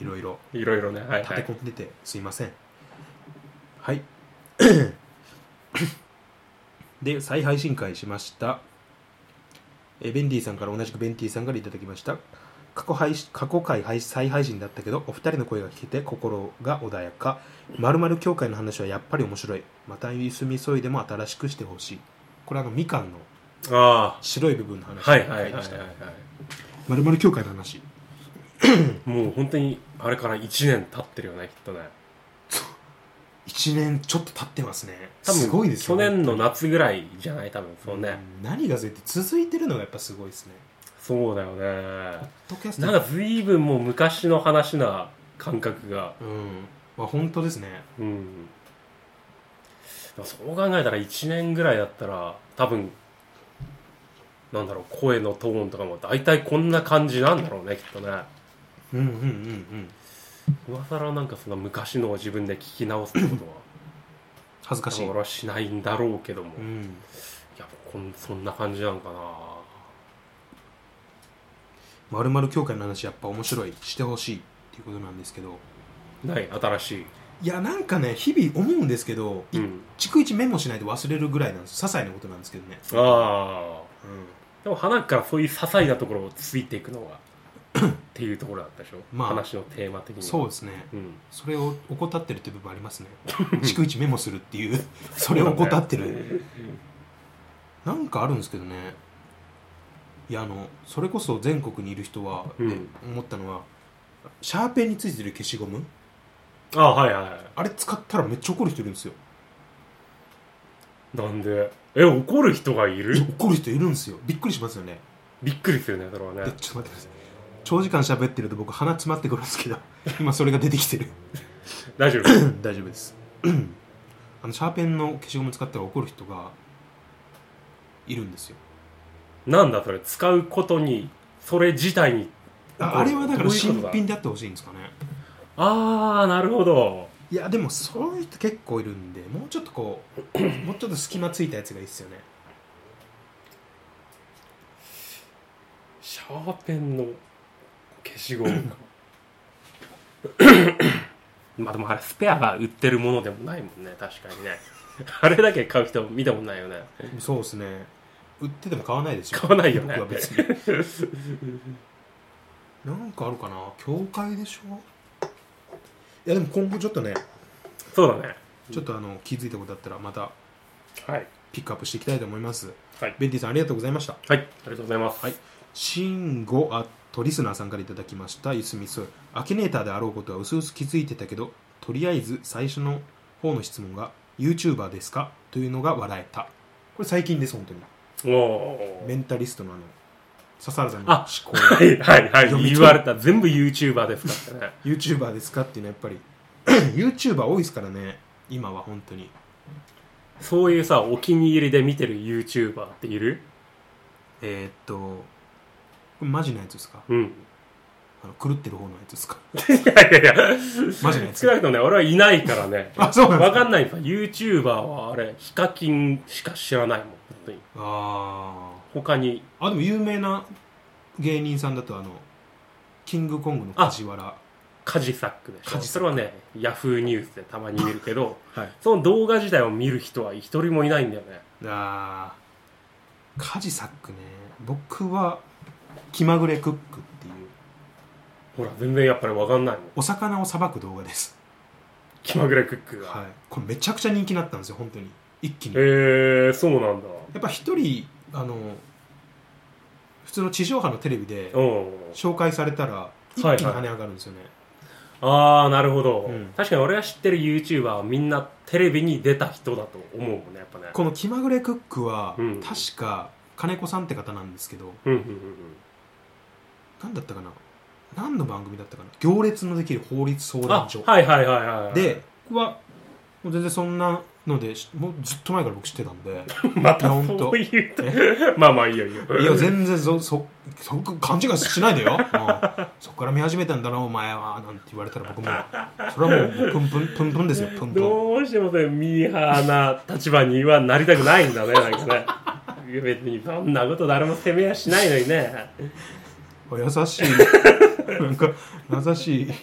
Speaker 1: いろいろ
Speaker 2: あ、いろいろね。はい
Speaker 1: 立
Speaker 2: は
Speaker 1: て
Speaker 2: い。
Speaker 1: 込んでてすいませんはい で再配信会しましたえーベンディさんから同じくベンティさんからいただきました過去配信過去回配再配信だったけどお二人の声が聞けて心が穏やかまる協会の話はやっぱり面白いまたゆすみそいでも新しくしてほしいこれあのみかんの
Speaker 2: あ
Speaker 1: 白い部分の話
Speaker 2: あはいはいはいはい、は
Speaker 1: まる協会の話
Speaker 2: い、もう本当にあれから1年経ってるよねきっとね
Speaker 1: 1年ちょっと経ってますね
Speaker 2: 多分
Speaker 1: すごいです
Speaker 2: 去
Speaker 1: よ
Speaker 2: 年の夏ぐらいじゃない多分そうね、
Speaker 1: うん何が全って続いてるのがやっぱすごいですね
Speaker 2: そうだよね
Speaker 1: ポッドキャスト
Speaker 2: なんか随分もう昔の話な感覚が
Speaker 1: うんまあ本当ですね
Speaker 2: うんでもそう考えたら1年ぐらいだったら多分なんだろう声のトーンとかも大体こんな感じなんだろうねきっとね
Speaker 1: うんうんうんうん
Speaker 2: 今更なんかその昔のを自分で聞き直すってことは
Speaker 1: 恥ずかしい
Speaker 2: 俺はしないんだろうけども、
Speaker 1: う
Speaker 2: い
Speaker 1: ん
Speaker 2: やこんそんな感じなのかな
Speaker 1: まる協会の話やっぱ面白いしてほしいっていうことなんですけど
Speaker 2: ない新しい、
Speaker 1: いやなんかね日々思うんですけど、い
Speaker 2: うん、
Speaker 1: 逐一メモしないと忘れるぐらいなんです些細なことなんですけどね
Speaker 2: ああ
Speaker 1: うん
Speaker 2: でも花からそういう些細なところをついていくのは っていうところだったでしょ、
Speaker 1: まあ
Speaker 2: 話のテーマ的には
Speaker 1: そうですね
Speaker 2: うん、
Speaker 1: それを怠ってるっていう部分あり ますね逐一メモするっていうそれを怠ってるなんかあるんですけどねいやあのそれこそ全国にいる人は、
Speaker 2: うん
Speaker 1: で思ったのはシャーペンについてる消しゴム
Speaker 2: ああはいはいは
Speaker 1: あれ使ったらめっちゃ怒る人いるんですよ
Speaker 2: いなんでえ怒る人がい る
Speaker 1: 怒る人いるんですよびっくりしますよね
Speaker 2: びっくりするねそれはね
Speaker 1: でちょっと待ってください長時間喋ってると僕鼻詰まってくるんですけど 今それが出てきてる
Speaker 2: 大丈 夫
Speaker 1: 大丈夫です あのシャーペンの消しゴム使ったら怒る人がいるんですよ
Speaker 2: なんだそれ使うことにそれ自体に
Speaker 1: ああれはだから
Speaker 2: どういう
Speaker 1: 新
Speaker 2: ことだ
Speaker 1: 品であってほしいんですかね
Speaker 2: ああなるほど
Speaker 1: いやでもそういう人結構いるんでもうちょっとこう もうちょっと隙間ついたやつがいいっすよね
Speaker 2: シャーペンの消しゴムか まあでもあれスペアが売ってるものでもないもんね確かに ねあれだけ買う人見たことないよね
Speaker 1: そうですね売ってても買わないでしょ
Speaker 2: 買わないよね
Speaker 1: 僕は別 になんかあるかな教会でしょいやでも今後ちょっとね
Speaker 2: そうだね
Speaker 1: ちょっとあの気づいたことあったらまた
Speaker 2: はい
Speaker 1: ピックアップしていきたいと思います
Speaker 2: はい
Speaker 1: ベンティさんありがとうございました
Speaker 2: はいありがとうございますはい
Speaker 1: シンゴアットリスナーさんからいただきましたゆすみそいアキネーターであろうことはうすうす気づいてたけどとりあえず最初の方の質問が YouTuber ですかというのが笑えたこれ最近です本当に
Speaker 2: おお
Speaker 1: メンタリストのあの笹原さんの思
Speaker 2: あ
Speaker 1: 考
Speaker 2: はいはいは
Speaker 1: 読み取
Speaker 2: い
Speaker 1: る
Speaker 2: 言われた全部 YouTuber ですからね
Speaker 1: YouTuber ですかっていうのはやっぱり YouTuber 多いですからね今は本当に
Speaker 2: そういうさお気に入りで見てる YouTuber っている
Speaker 1: えー、っとこれマジなやつですか
Speaker 2: うん
Speaker 1: あの狂ってる方のやつですか
Speaker 2: いやいやいや
Speaker 1: マジなやつ
Speaker 2: 少なくともね俺はいないからね
Speaker 1: あそうなんです
Speaker 2: わ
Speaker 1: か
Speaker 2: かんないさ YouTuber はあれヒカキンしか知らないもん本当に
Speaker 1: あ
Speaker 2: 他に
Speaker 1: ーあでも有名な芸人さんだとあのキングコングの梶原
Speaker 2: カジサックでし
Speaker 1: カ
Speaker 2: ょ
Speaker 1: ジサック
Speaker 2: それはねヤフーニュースでたまに見るけど
Speaker 1: はい
Speaker 2: その動画自体を見る人は一人もいないんだよね
Speaker 1: あー梶サックね僕は気まぐれクックっていう
Speaker 2: ほら全然やっぱりわかんないもん
Speaker 1: お魚をさばく動画です
Speaker 2: 気まぐれクックが、
Speaker 1: はいこれめちゃくちゃ人気になったんですよ本当に一気にや
Speaker 2: へえそうなんだ
Speaker 1: っぱ一人あの普通の地上波のテレビで
Speaker 2: うん
Speaker 1: 紹介されたら一気に跳ね上がるんですよね、
Speaker 2: ああなるほど、
Speaker 1: うん
Speaker 2: 確かに俺が知ってる YouTuber はみんなテレビに出た人だと思うもんねやっぱね
Speaker 1: この気まぐれクックは、
Speaker 2: うん
Speaker 1: 確か金子さんって方なんですけど
Speaker 2: うんうんうんうん
Speaker 1: 何だったかな何の番組だったかな行列のできる法律相
Speaker 2: あ
Speaker 1: 談所、
Speaker 2: はいはいはいはいはい
Speaker 1: で僕はもう全然そんなのでしもうずっと前から僕知ってたん で
Speaker 2: また
Speaker 1: いやほんと
Speaker 2: そういうと まあまあいいよいいよ
Speaker 1: いや全然そそそ勘違いしないでよ、うんそっから見始めたんだなお前はなんて言われたら僕もそれはもうプンプンプンプンですよプンプン
Speaker 2: どうしてもねミーハーな立場にはなりたくないんだねなんかね いや別にそんなこと誰も責めやしないのにね
Speaker 1: あ優しいなんか優しい狂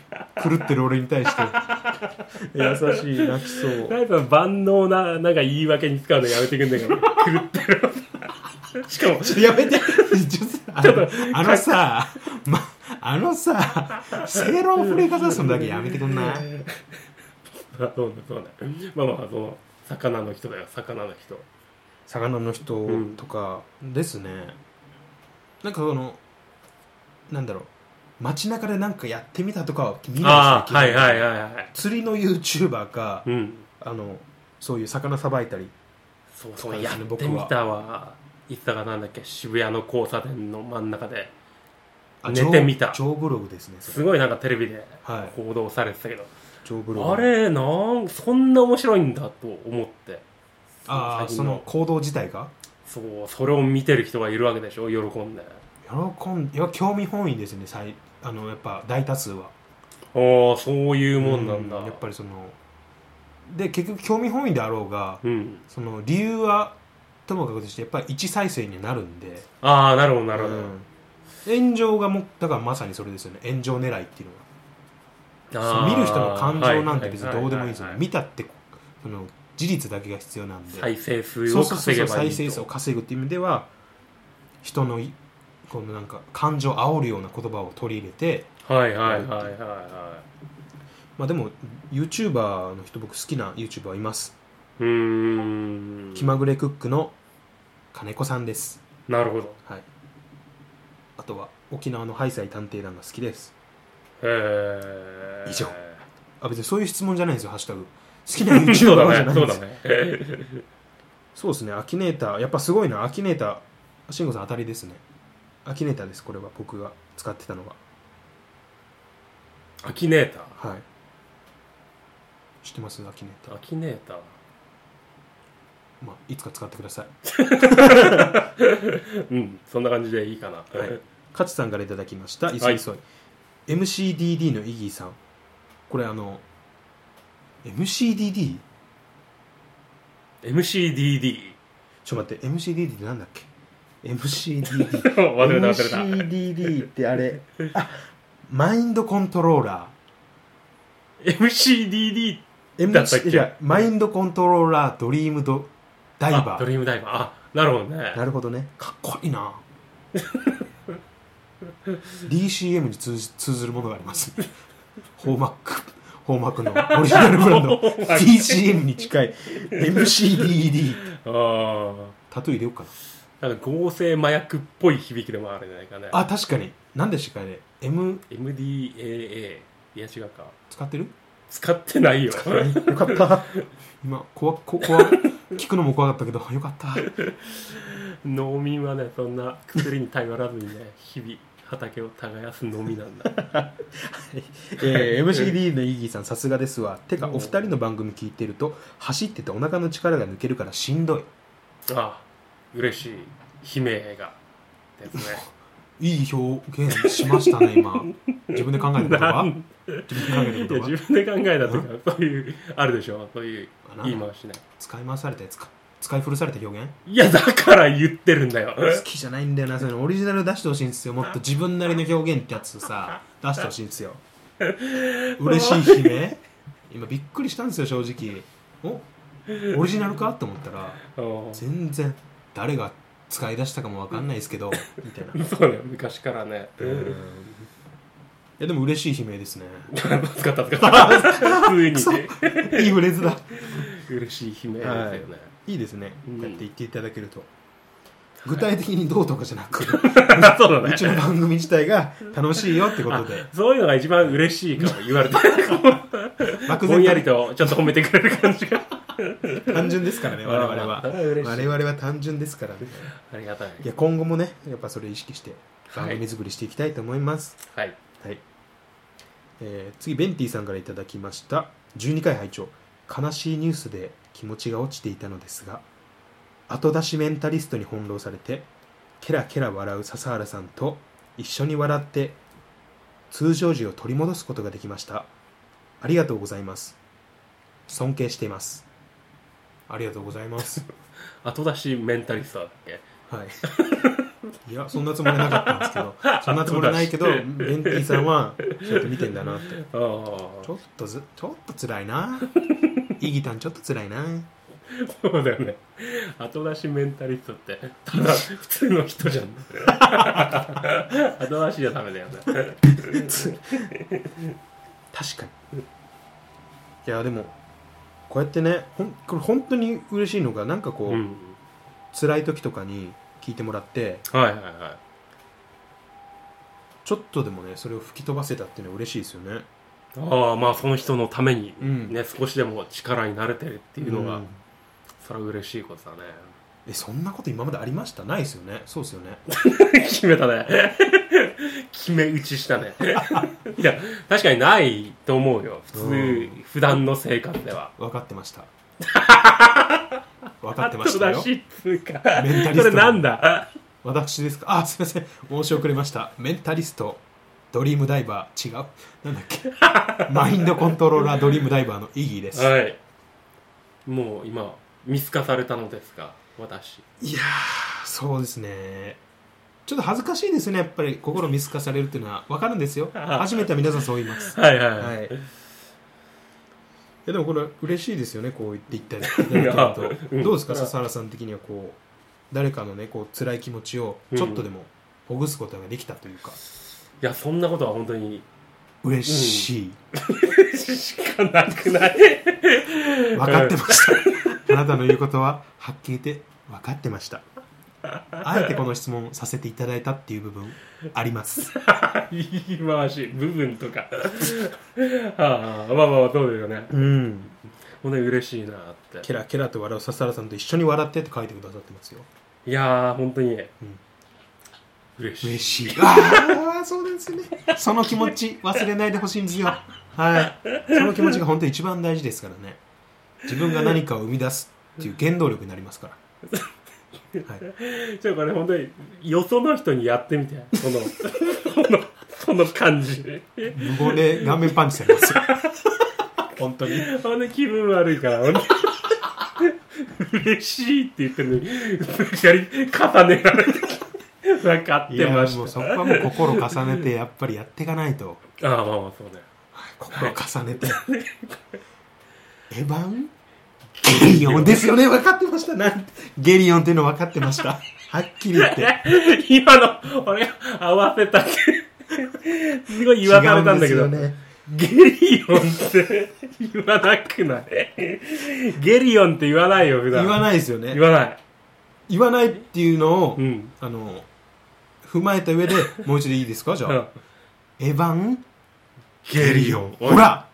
Speaker 1: ってる俺に対して優しい泣きそう
Speaker 2: なんか万能ななんか言い訳に使うのやめてくんだけど狂ってる しかも
Speaker 1: ちょっとやめ てちょっとあ
Speaker 2: ちょっ
Speaker 1: の
Speaker 2: と
Speaker 1: あのさ、ま、あのさ正論振りかざすのだけやめてくんない
Speaker 2: あそうだそうだまあまあその魚の人だよ魚の人
Speaker 1: 魚の人とかですね、なんかそのなんだろう街中でなんかやってみたとかは見ない
Speaker 2: あ
Speaker 1: です
Speaker 2: あ
Speaker 1: ね
Speaker 2: はいはい
Speaker 1: 基本
Speaker 2: はいはい
Speaker 1: 釣りの YouTuber か、
Speaker 2: うん
Speaker 1: あのそういう魚さばいたり
Speaker 2: そう
Speaker 1: そ
Speaker 2: そうう
Speaker 1: です
Speaker 2: や
Speaker 1: ね
Speaker 2: ってみたわいつだかなんだっけ渋谷の交差点の真ん中で
Speaker 1: あ
Speaker 2: 寝てみた
Speaker 1: ジョーブログですねそ
Speaker 2: す
Speaker 1: れ
Speaker 2: ごいなんかテレビで
Speaker 1: はい
Speaker 2: 報道されてたけど、
Speaker 1: ジョーブログ
Speaker 2: あれなんそんな面白いんだと思って
Speaker 1: ああ
Speaker 2: 最
Speaker 1: そ
Speaker 2: 近
Speaker 1: の行動自体が
Speaker 2: そうそれを見てる人がいるわけでしょ喜んで
Speaker 1: 喜んいや興味本位ですね最あのやっぱ大多数は
Speaker 2: ああそういうもんなんだ、
Speaker 1: うやっぱりそので結局興味本位であろうが
Speaker 2: うん
Speaker 1: その理由はともかくとしてやっぱり一再生になるんで
Speaker 2: ああなるほどなるほど、
Speaker 1: うん炎上がもだからまさにそれですよね炎上狙いっていうのは
Speaker 2: あー
Speaker 1: 見る人の感情なんて別にどうでもいいですよ
Speaker 2: は
Speaker 1: ね
Speaker 2: はは
Speaker 1: 見たってその事実だけが必要なんで
Speaker 2: 再生数
Speaker 1: そう
Speaker 2: を
Speaker 1: そうそう
Speaker 2: 稼
Speaker 1: そ
Speaker 2: げ
Speaker 1: う
Speaker 2: ばいい
Speaker 1: 再生
Speaker 2: と
Speaker 1: 数を稼ぐっていう意味では人のいこのなんか感情を煽るような言葉を取り入れて
Speaker 2: はいはいはいはいは
Speaker 1: まあでも YouTuber の人僕好きな YouTuber います、
Speaker 2: いうーん
Speaker 1: 気まぐれクックの金子さんです
Speaker 2: なるほど
Speaker 1: はいあとは沖縄のハイサイ探偵団が好きです
Speaker 2: えー、
Speaker 1: 以上あ別にそういう質問じゃないんですよハッシュタグ好きな YouTuber じ
Speaker 2: そう
Speaker 1: ゃ
Speaker 2: だ
Speaker 1: な
Speaker 2: ね
Speaker 1: いん で
Speaker 2: そう
Speaker 1: す
Speaker 2: だ
Speaker 1: よ
Speaker 2: ね
Speaker 1: そうですねアキネーターやっぱすごいなアキネーター慎吾さん当たりですねアキネーターですこれは僕が使ってたのは
Speaker 2: アキネーター
Speaker 1: はい知ってますアキネーター
Speaker 2: アキネーター
Speaker 1: まあ、いつか使ってください。
Speaker 2: うんそんな感じでいいかな、
Speaker 1: はい勝さんからいただきました。いそいそい。MCDD のイギーさん。これあの、MCDD?
Speaker 2: MCDD
Speaker 1: ちょっと待って、MCDD ってなんだっけ ?MCDD。
Speaker 2: 忘れた忘れた
Speaker 1: MCDD ってあれ、あマインドコントローラ
Speaker 2: MCDD
Speaker 1: ー。
Speaker 2: だったっけ
Speaker 1: いやマインドコントローラードリームドダイ
Speaker 2: あ
Speaker 1: バ
Speaker 2: ド
Speaker 1: ー。
Speaker 2: リームダイバーあなるほどね
Speaker 1: なるほどね。かっこいい な。DCM に通じ通ずるものがあります。ホーマック、ホーマックのオリジナルブラン ド、DCM に近い MCDD。
Speaker 2: あ
Speaker 1: タトゥー入れようか
Speaker 2: あなんか合成麻薬っぽい響きでもあるんじゃないかね
Speaker 1: な。あ、確かに。なんでしかね。M、
Speaker 2: MDAA いや違うか
Speaker 1: 使ってる
Speaker 2: 使ってないよ
Speaker 1: よかった。今、怖っ、こ怖っ聞くのも怖かったけど、 よかった。
Speaker 2: 農民はねそんな薬に頼らずにね日々畑を耕すのみなんだ
Speaker 1: えー MCD のイギーさんさすがですわてかお二人の番組聞いてると走っててお腹の力が抜けるからしんどい
Speaker 2: ああ嬉しい悲鳴がですね
Speaker 1: いい表現しましたね 今自分で考えたこと
Speaker 2: な
Speaker 1: は
Speaker 2: ん
Speaker 1: 自分で考えた
Speaker 2: いや
Speaker 1: ことは
Speaker 2: 自分で考えたというかそういうあるでしょそういう
Speaker 1: あなんだ
Speaker 2: 言い回しね
Speaker 1: 使い回されたやつか使い古された表現
Speaker 2: いやだから言ってるんだよ
Speaker 1: 好きじゃないんだよなそういうのオリジナル出してほしいんですよもっと自分なりの表現ってやつさ出してほしいん ですよ嬉しい悲鳴今びっくりしたんですよ正直おオリジナルかと思ったら
Speaker 2: うん
Speaker 1: 全然誰が使い出したかもわかんないですけどみたいな
Speaker 2: そうね昔からね
Speaker 1: うんいやでも嬉しい悲鳴です ね
Speaker 2: 使った 使った普通
Speaker 1: い
Speaker 2: に
Speaker 1: いフレーズだ
Speaker 2: 嬉しい悲鳴ですよね、
Speaker 1: いいですね、
Speaker 2: うん
Speaker 1: こうやって言っていただけると具体的にどうとかじゃなく
Speaker 2: そうだ
Speaker 1: う
Speaker 2: ね
Speaker 1: ちの番組自体が楽しいよってことで
Speaker 2: そういうのが一番嬉しいかも言われて
Speaker 1: 漠
Speaker 2: ぼんやり
Speaker 1: 然
Speaker 2: とちょっと褒めてくれる感じが
Speaker 1: と単純ですからね 我々
Speaker 2: ああ
Speaker 1: は
Speaker 2: 嬉しい
Speaker 1: 我々は単純ですからね
Speaker 2: ありがたい
Speaker 1: いや今後もねやっぱそれ意識して
Speaker 2: は
Speaker 1: 番
Speaker 2: い
Speaker 1: 組作りしていきたいと思います、
Speaker 2: はい
Speaker 1: はいえー次ベンティさんからいただきました12回拝聴悲しいニュースで気持ちが落ちていたのですが後出しメンタリストに翻弄されてケラケラ笑う笹原さんと一緒に笑って通常時を取り戻すことができましたありがとうございます尊敬していますありがとうございます
Speaker 2: 後出しメンタリストだっけ
Speaker 1: はいいやそんなつもりなかったんですけどそんなつもりないけどベンティさんはちょっと見てんだなって
Speaker 2: あ
Speaker 1: ちょっとず、ちょっと辛いな。イギタンちょっと辛いな。
Speaker 2: そうだよね後出しメンタリストってただ普通の人じゃん後出しじゃダメだよね
Speaker 1: 確かにいやでもこうやってねほんこれ本当に嬉しいのがなんかこう、
Speaker 2: うん
Speaker 1: 辛い時とかに聞いてもらって
Speaker 2: はいはいは
Speaker 1: ちょっとでもねそれを吹き飛ばせたっていうのは嬉しいですよね
Speaker 2: いああまあその人のために
Speaker 1: うん
Speaker 2: ね、少しでも力になれてるっていうのが、
Speaker 1: ん
Speaker 2: それは嬉しいことだね
Speaker 1: えそんなこと今までありましたないですよねそうですよね
Speaker 2: 決めたね決め打 ちしたねいや確かにないと思うよ普通、
Speaker 1: うん
Speaker 2: 普段の生活では
Speaker 1: 分かってま した分かってまし
Speaker 2: 後
Speaker 1: た
Speaker 2: 出
Speaker 1: よ
Speaker 2: しっつうか
Speaker 1: メンタリスト
Speaker 2: それなんだ
Speaker 1: 私ですかあすいません申し遅れましたメンタリストドリームダイバー違うなんだっけマインドコントローラードリームダイバーのイギーです
Speaker 2: はいもう今見透かされたのですが私
Speaker 1: いやーそうですねちょっと恥ずかしいですねやっぱり心見透かされるっていうのは分かるんですよ初めては皆さんそう言います
Speaker 2: はいはい、
Speaker 1: はいい、いやでもこれは嬉しいですよねこう言っていた だいてると
Speaker 2: うん
Speaker 1: どうですか笹原さん的にはこう誰かのねこう辛い気持ちをちょっとでもほぐすことができたというか、
Speaker 2: やそんなことは本当に
Speaker 1: 嬉しい、
Speaker 2: しかなく ない
Speaker 1: 分かってましたあなたの言うことははっきり言って分かってましたあえてこの質問をさせていただいたっていう部分あります
Speaker 2: 言い回し部分とかああまあまあまあそうだよね
Speaker 1: うん
Speaker 2: ほんで嬉しいなっ
Speaker 1: ケ
Speaker 2: て
Speaker 1: ラケラと笑う笹原さんと一緒に笑ってって書いてくださってますよ
Speaker 2: いやー本当に、嬉しい
Speaker 1: 嬉しいああそうなんですよねその気持ち忘れないでほしいんですよはいその気持ちが本当一番大事ですからね自分が何かを生み出すっていう原動力になりますから、はい、
Speaker 2: ちょっとこれ本当によその人にやってみてこのこの この感じ
Speaker 1: 無言で顔面パンチされますよ 本当に
Speaker 2: ほんで気分悪いからほんで嬉しいって言ってるのにやり重ねられて分かっ
Speaker 1: い
Speaker 2: て
Speaker 1: や
Speaker 2: ま
Speaker 1: もう
Speaker 2: し
Speaker 1: そこはもう心重ねてやっぱりやっていかないと
Speaker 2: たああまあまあそうね
Speaker 1: 心重ねてエヴァンゲリオンですよね分かってましたなんてゲリオンっていうの分かってましたはっきり言って
Speaker 2: 今の俺合わせたけすごい 言わされたんだけ
Speaker 1: 違
Speaker 2: ど
Speaker 1: うですよね
Speaker 2: ゲリオンって言わなくないゲリオンって言わないよ普段
Speaker 1: 言わ
Speaker 2: い
Speaker 1: ないですよね
Speaker 2: 言わない
Speaker 1: 言わないっていうのを、
Speaker 2: うん
Speaker 1: あの踏まえた上でもう一度いいですかじゃあ、
Speaker 2: うん
Speaker 1: エヴァン
Speaker 2: ゲリオン
Speaker 1: ほら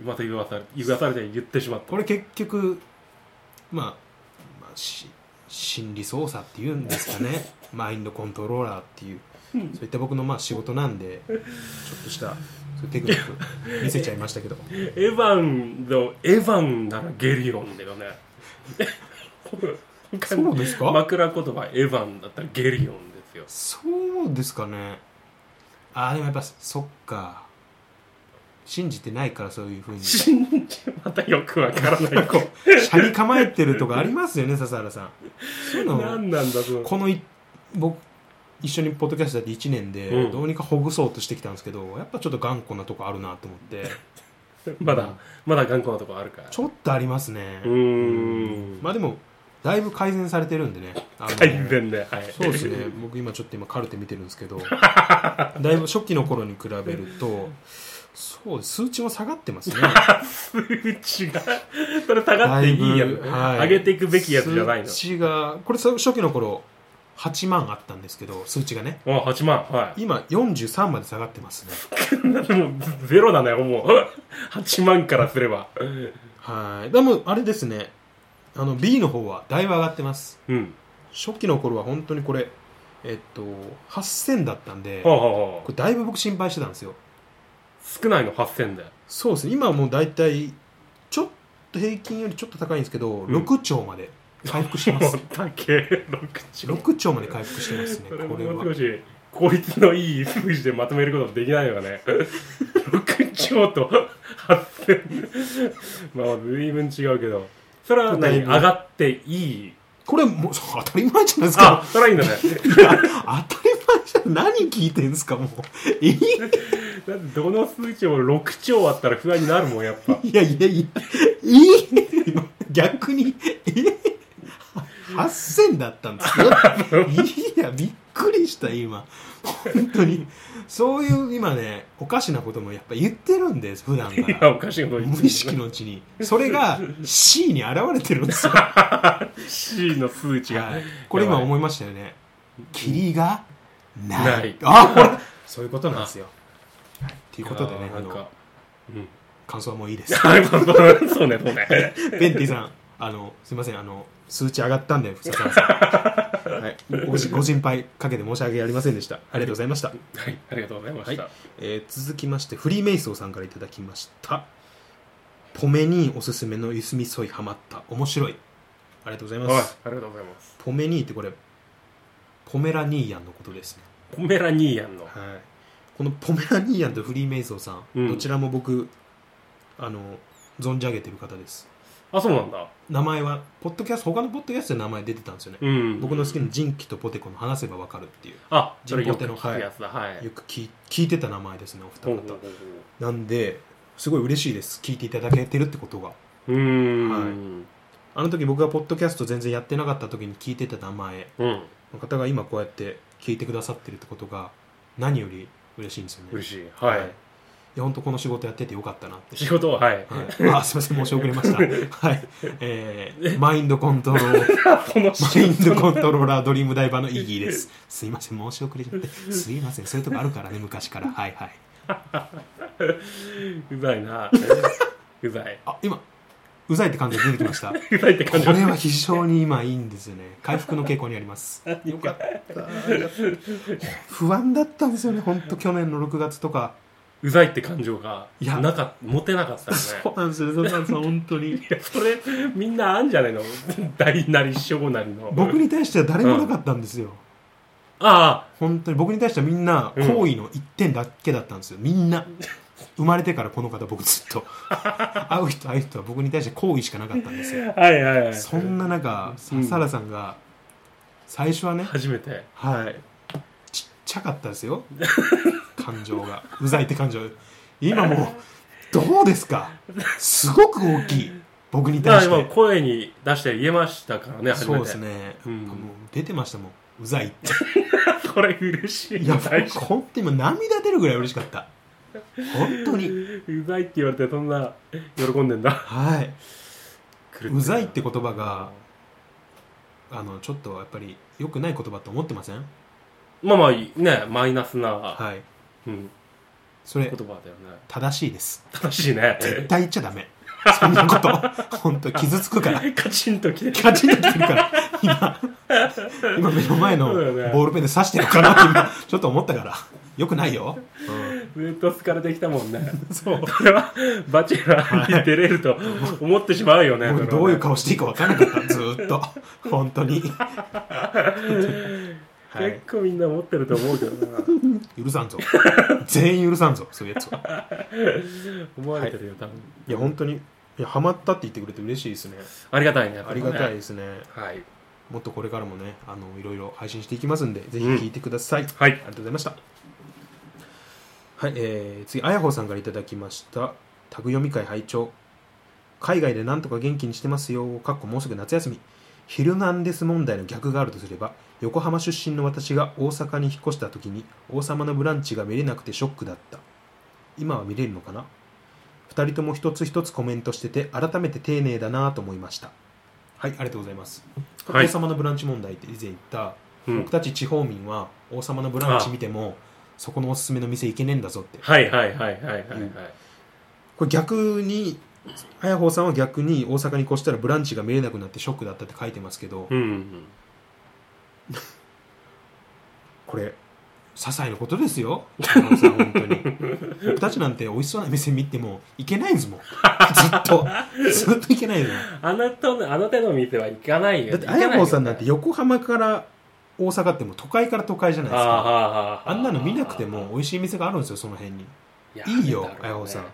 Speaker 2: また言わされ言わされて言ってしまった
Speaker 1: これ結局まあ、まあ、し心理操作っていうんですか ねマインドコントローラーっていうそういった僕のまあ仕事なんでちょっとしたそういうテクニック見せちゃいましたけど
Speaker 2: エヴァンのエヴァンならゲリオンだ よね他
Speaker 1: そうですか
Speaker 2: 枕言葉エヴァンだったらゲリオンですよ
Speaker 1: そうですかねああでもやっぱそっか信じてないからそういうふうに
Speaker 2: 信じまたよくわからない子
Speaker 1: 車に構えてるとかありますよね笹原さんそういうの
Speaker 2: 何なんだその
Speaker 1: このい僕一緒にポッドキャストやって1年で、
Speaker 2: うん
Speaker 1: どうにかほぐそうとしてきたんですけどやっぱちょっと頑固なとこあるなと思って
Speaker 2: まだまだ頑固なとこあるから
Speaker 1: ちょっとありますね
Speaker 2: うーん
Speaker 1: まあでもだいぶ改善されてるんでねあの
Speaker 2: 改善で、はい、
Speaker 1: そう ですね僕今ちょっと今カルテ見てるんですけどだいぶ初期の頃に比べるとそうです数値も下がって ますね
Speaker 2: 数値がそれ下がっていいやつ、
Speaker 1: はい
Speaker 2: 上げていくべきやつじゃないの
Speaker 1: 数値がこれさ初期の頃8万あったんですけど数値がね
Speaker 2: あ8万は
Speaker 1: 今43まで下がってますね
Speaker 2: いもうゼロだね もう8万からすれば
Speaker 1: はいでもあれですねあの B の方はだいぶ上がってます
Speaker 2: うん
Speaker 1: 初期の頃は本当にこれえっと8000だったんで
Speaker 2: はあ
Speaker 1: こ
Speaker 2: はあはあ
Speaker 1: れだいぶ僕心配してたんですよ
Speaker 2: 少ないの8000で
Speaker 1: そうですね今はもう大体ちょっと平均よりちょっと高いんですけど、
Speaker 2: ん
Speaker 1: 6兆まで回復してま
Speaker 2: も
Speaker 1: す
Speaker 2: う高え6兆
Speaker 1: 6兆まで回復してますね
Speaker 2: それ
Speaker 1: こ
Speaker 2: も
Speaker 1: れ
Speaker 2: も
Speaker 1: は
Speaker 2: う少し効率のいい数字でまとめることできないのかね 6兆と8000まあ随分違うけどそれは
Speaker 1: だい
Speaker 2: 何上
Speaker 1: ぶ
Speaker 2: がっていい
Speaker 1: これもうそう当たり前じゃないです
Speaker 2: あ
Speaker 1: か
Speaker 2: それはいいんだね
Speaker 1: 当たり前じゃん何聞いてんですかもう いい
Speaker 2: だってどの数値も6兆あったら不安になるもんやっぱ
Speaker 1: いやいやいや、いい逆にえ8000だったんですよいやびっくりした今本当にそういう今ねおかしなこともやっぱ言ってるんです普段か
Speaker 2: い
Speaker 1: ら
Speaker 2: やおかしいこと言って
Speaker 1: 無意識のうちにそれが C に現れてるんですよ
Speaker 2: C の数値が
Speaker 1: はいこれ今
Speaker 2: やばい
Speaker 1: 思いましたよね霧がない
Speaker 2: ない
Speaker 1: あこれそういうことなんですよと、はい、ということでね
Speaker 2: や
Speaker 1: あ
Speaker 2: ーなん
Speaker 1: の
Speaker 2: かうん
Speaker 1: 感想はもういいです
Speaker 2: そうねそうね
Speaker 1: ベンティさん、あの、すみません、あの、数値上がったんで、笹 原さん。はい、ごしご心配かけて申し訳ありませんでした。ありがとうございました。
Speaker 2: はいありがとうございました、
Speaker 1: はえー続きまして、フリーメイソーさんからいただきました。ポメニーおすすめのゆすみそいハマった。面白い。ありがとうござい
Speaker 2: はい
Speaker 1: ます。
Speaker 2: ありがとうございます
Speaker 1: ポメニーってこれ、ポメラニーヤンのことですね。
Speaker 2: ポメラニーヤンの
Speaker 1: はい。このポメラニーヤンとフリーメイソーさん、
Speaker 2: うん
Speaker 1: どちらも僕、あの、存じ上げてる方です。
Speaker 2: あそうなんだ
Speaker 1: 名前は、ポッドキャスト、他のポッドキャストで名前出てたんですよね。
Speaker 2: うん
Speaker 1: 僕の好きなジンキとポテコの話せばわかるっていう
Speaker 2: あそれ
Speaker 1: 人
Speaker 2: よ
Speaker 1: 工手
Speaker 2: く
Speaker 1: の
Speaker 2: 聞くやつだはい、
Speaker 1: よく聞い聞いてた名前ですねお
Speaker 2: ほう
Speaker 1: 二
Speaker 2: ほうほ
Speaker 1: 方
Speaker 2: うほ
Speaker 1: なんですごい嬉しいです聞いていただけてるってことが
Speaker 2: ううーん、
Speaker 1: あの時僕がポッドキャスト全然やってなかった時に聞いてた名前
Speaker 2: うん
Speaker 1: の方が今こうやって聞いてくださってるってことが何より嬉しいんですよね
Speaker 2: 嬉しいはい、
Speaker 1: いや本当この仕事やっててよかったな って
Speaker 2: 仕事 ははい
Speaker 1: はい、あすいません申し遅れましたはいえ ー、マインドコントロール
Speaker 2: この
Speaker 1: マインドコントローラードリームダイバーのイギーです。すいません、申し遅れちゃって。すいません、そういうとこあるからね、昔 から。はいはい。
Speaker 2: うざいな うざい
Speaker 1: あ、今、うざいって感じが出てきました。こ
Speaker 2: うざいって感じ
Speaker 1: れは非常に今いいんですよね。回復の傾向にあり ます。
Speaker 2: よかった
Speaker 1: 不安だったんですよね、ほんと去年の6月とか。
Speaker 2: うざいって感情が
Speaker 1: いや
Speaker 2: なかっ持てなかったよね
Speaker 1: そうなんですよ、そうなんですよ、本当に。
Speaker 2: いやそれみんなあんじゃないの 大なり小なりの
Speaker 1: 僕に対しては誰もなかったんですよ。
Speaker 2: あ
Speaker 1: 本当に僕に対してはみんな
Speaker 2: うん
Speaker 1: 好意の一点だけだったんですよみんな生まれてからこの方僕ずっと会う人会う人は僕に対して好意しかなかったんですよ
Speaker 2: あはいはいはい
Speaker 1: そんな中
Speaker 2: うん
Speaker 1: 笹原さんが最初はね、
Speaker 2: 初めて
Speaker 1: はいちっちゃかったですよ感情がうざいって感情今もうどうですかすごく大きい僕に
Speaker 2: ま
Speaker 1: 対
Speaker 2: あ
Speaker 1: し
Speaker 2: 今
Speaker 1: て
Speaker 2: 声に出して言えましたからね初め
Speaker 1: そう
Speaker 2: て
Speaker 1: ですね、
Speaker 2: うん
Speaker 1: もう出てましたもんうざいって
Speaker 2: これ嬉しい
Speaker 1: いや
Speaker 2: 大丈夫
Speaker 1: 本当に今涙出るぐらい嬉しかった本当に
Speaker 2: うざいって言われてそんな喜んでんだ
Speaker 1: はい
Speaker 2: 狂
Speaker 1: うざいって
Speaker 2: る
Speaker 1: 言葉があのちょっとやっぱり良くない言葉と思ってません
Speaker 2: まあまあいいねマイナスな、
Speaker 1: はい
Speaker 2: うん、
Speaker 1: それ
Speaker 2: 言葉だよね
Speaker 1: 正しいです
Speaker 2: 正しいね
Speaker 1: 絶対言っちゃダメそんなこと本当傷つくから
Speaker 2: カチンときて
Speaker 1: ガチンときてるから今今目の前の
Speaker 2: そうだよね
Speaker 1: ボールペンで刺してるかなって今ちょっと思ったからよくないよ、
Speaker 2: ずっと好かれてきたもんねそうこれはバチェラーに出れ ると思ってしまうよね
Speaker 1: 僕
Speaker 2: それ
Speaker 1: ど
Speaker 2: は
Speaker 1: うい
Speaker 2: ね
Speaker 1: う顔していいか分からなかったずーっと本当 にはい
Speaker 2: 結構みんな持ってると思うけどな
Speaker 1: 許さんぞ 全員許さんぞそういうやつは
Speaker 2: 思われてるよ多分
Speaker 1: いや本当にいやハマったって言ってくれて嬉しいですね
Speaker 2: ありがたいねやっぱ
Speaker 1: あ
Speaker 2: り
Speaker 1: り
Speaker 2: ね
Speaker 1: がたいですね
Speaker 2: はい
Speaker 1: もっとこれからもねあのいろいろ配信していきますんでぜひ聞いてください、あ
Speaker 2: はい
Speaker 1: りがとうございましたはい、えー、次あやほさんからいただきましたタグ読み会拝聴海外でなんとか元気にしてますよかっこもうすぐ夏休みヒルナンデス問題の逆があるとすれば横浜出身の私が大阪に引っ越した時に「王様のブランチ」が見れなくてショックだった今は見れるのかな2人とも一つ一つコメントしてて改めて丁寧だなと思いましたはいありがとうございます、
Speaker 2: はい
Speaker 1: 王様のブランチ問題って以前言った、
Speaker 2: うん
Speaker 1: 僕たち地方民は王様のブランチ見てもそこのおすすめの店行けねえんだぞって
Speaker 2: はいはいはいはいはいはい、
Speaker 1: うんこれ逆に早穂さんは逆に大阪に越したらブランチが見れなくなってショックだったって書いてますけど、
Speaker 2: うんうん
Speaker 1: これ些細なことですよ早穂さん 本当に僕たちなんて美味しそうな店見ても行けないんですもんずっとずっと行けないですもん
Speaker 2: あなたのあなたの店は行かないよ
Speaker 1: だってあや
Speaker 2: 行かない
Speaker 1: ほう
Speaker 2: よ
Speaker 1: さんなんて横浜から大阪ってもう都会から都会じゃない
Speaker 2: あー
Speaker 1: ですか
Speaker 2: はーはーはー
Speaker 1: あんなの見なくても美味しい店があるんですよその辺に
Speaker 2: や
Speaker 1: いいよ
Speaker 2: だろうね
Speaker 1: あやほさん
Speaker 2: だ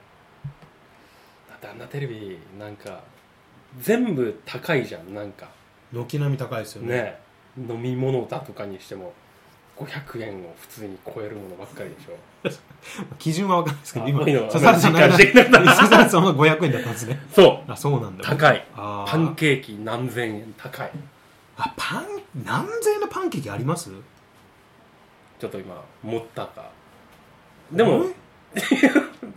Speaker 2: ってあんなテレビなんか全部高いじゃんなんか
Speaker 1: 軒並み高いですよね
Speaker 2: ね飲み物だとかにしても500円を普通に超えるものばっかりでしょ
Speaker 1: 基準は分かんないですけど、今、
Speaker 2: あいいの
Speaker 1: 笹原さんの間
Speaker 2: 時間してきた
Speaker 1: 笹原さんは500円だったんですね。
Speaker 2: そう
Speaker 1: あ、そうなんだ。
Speaker 2: 高い
Speaker 1: あー
Speaker 2: パンケーキ何千円高い
Speaker 1: あ、パン、何千円のパンケーキあります
Speaker 2: ちょっと今持ったかでも
Speaker 1: え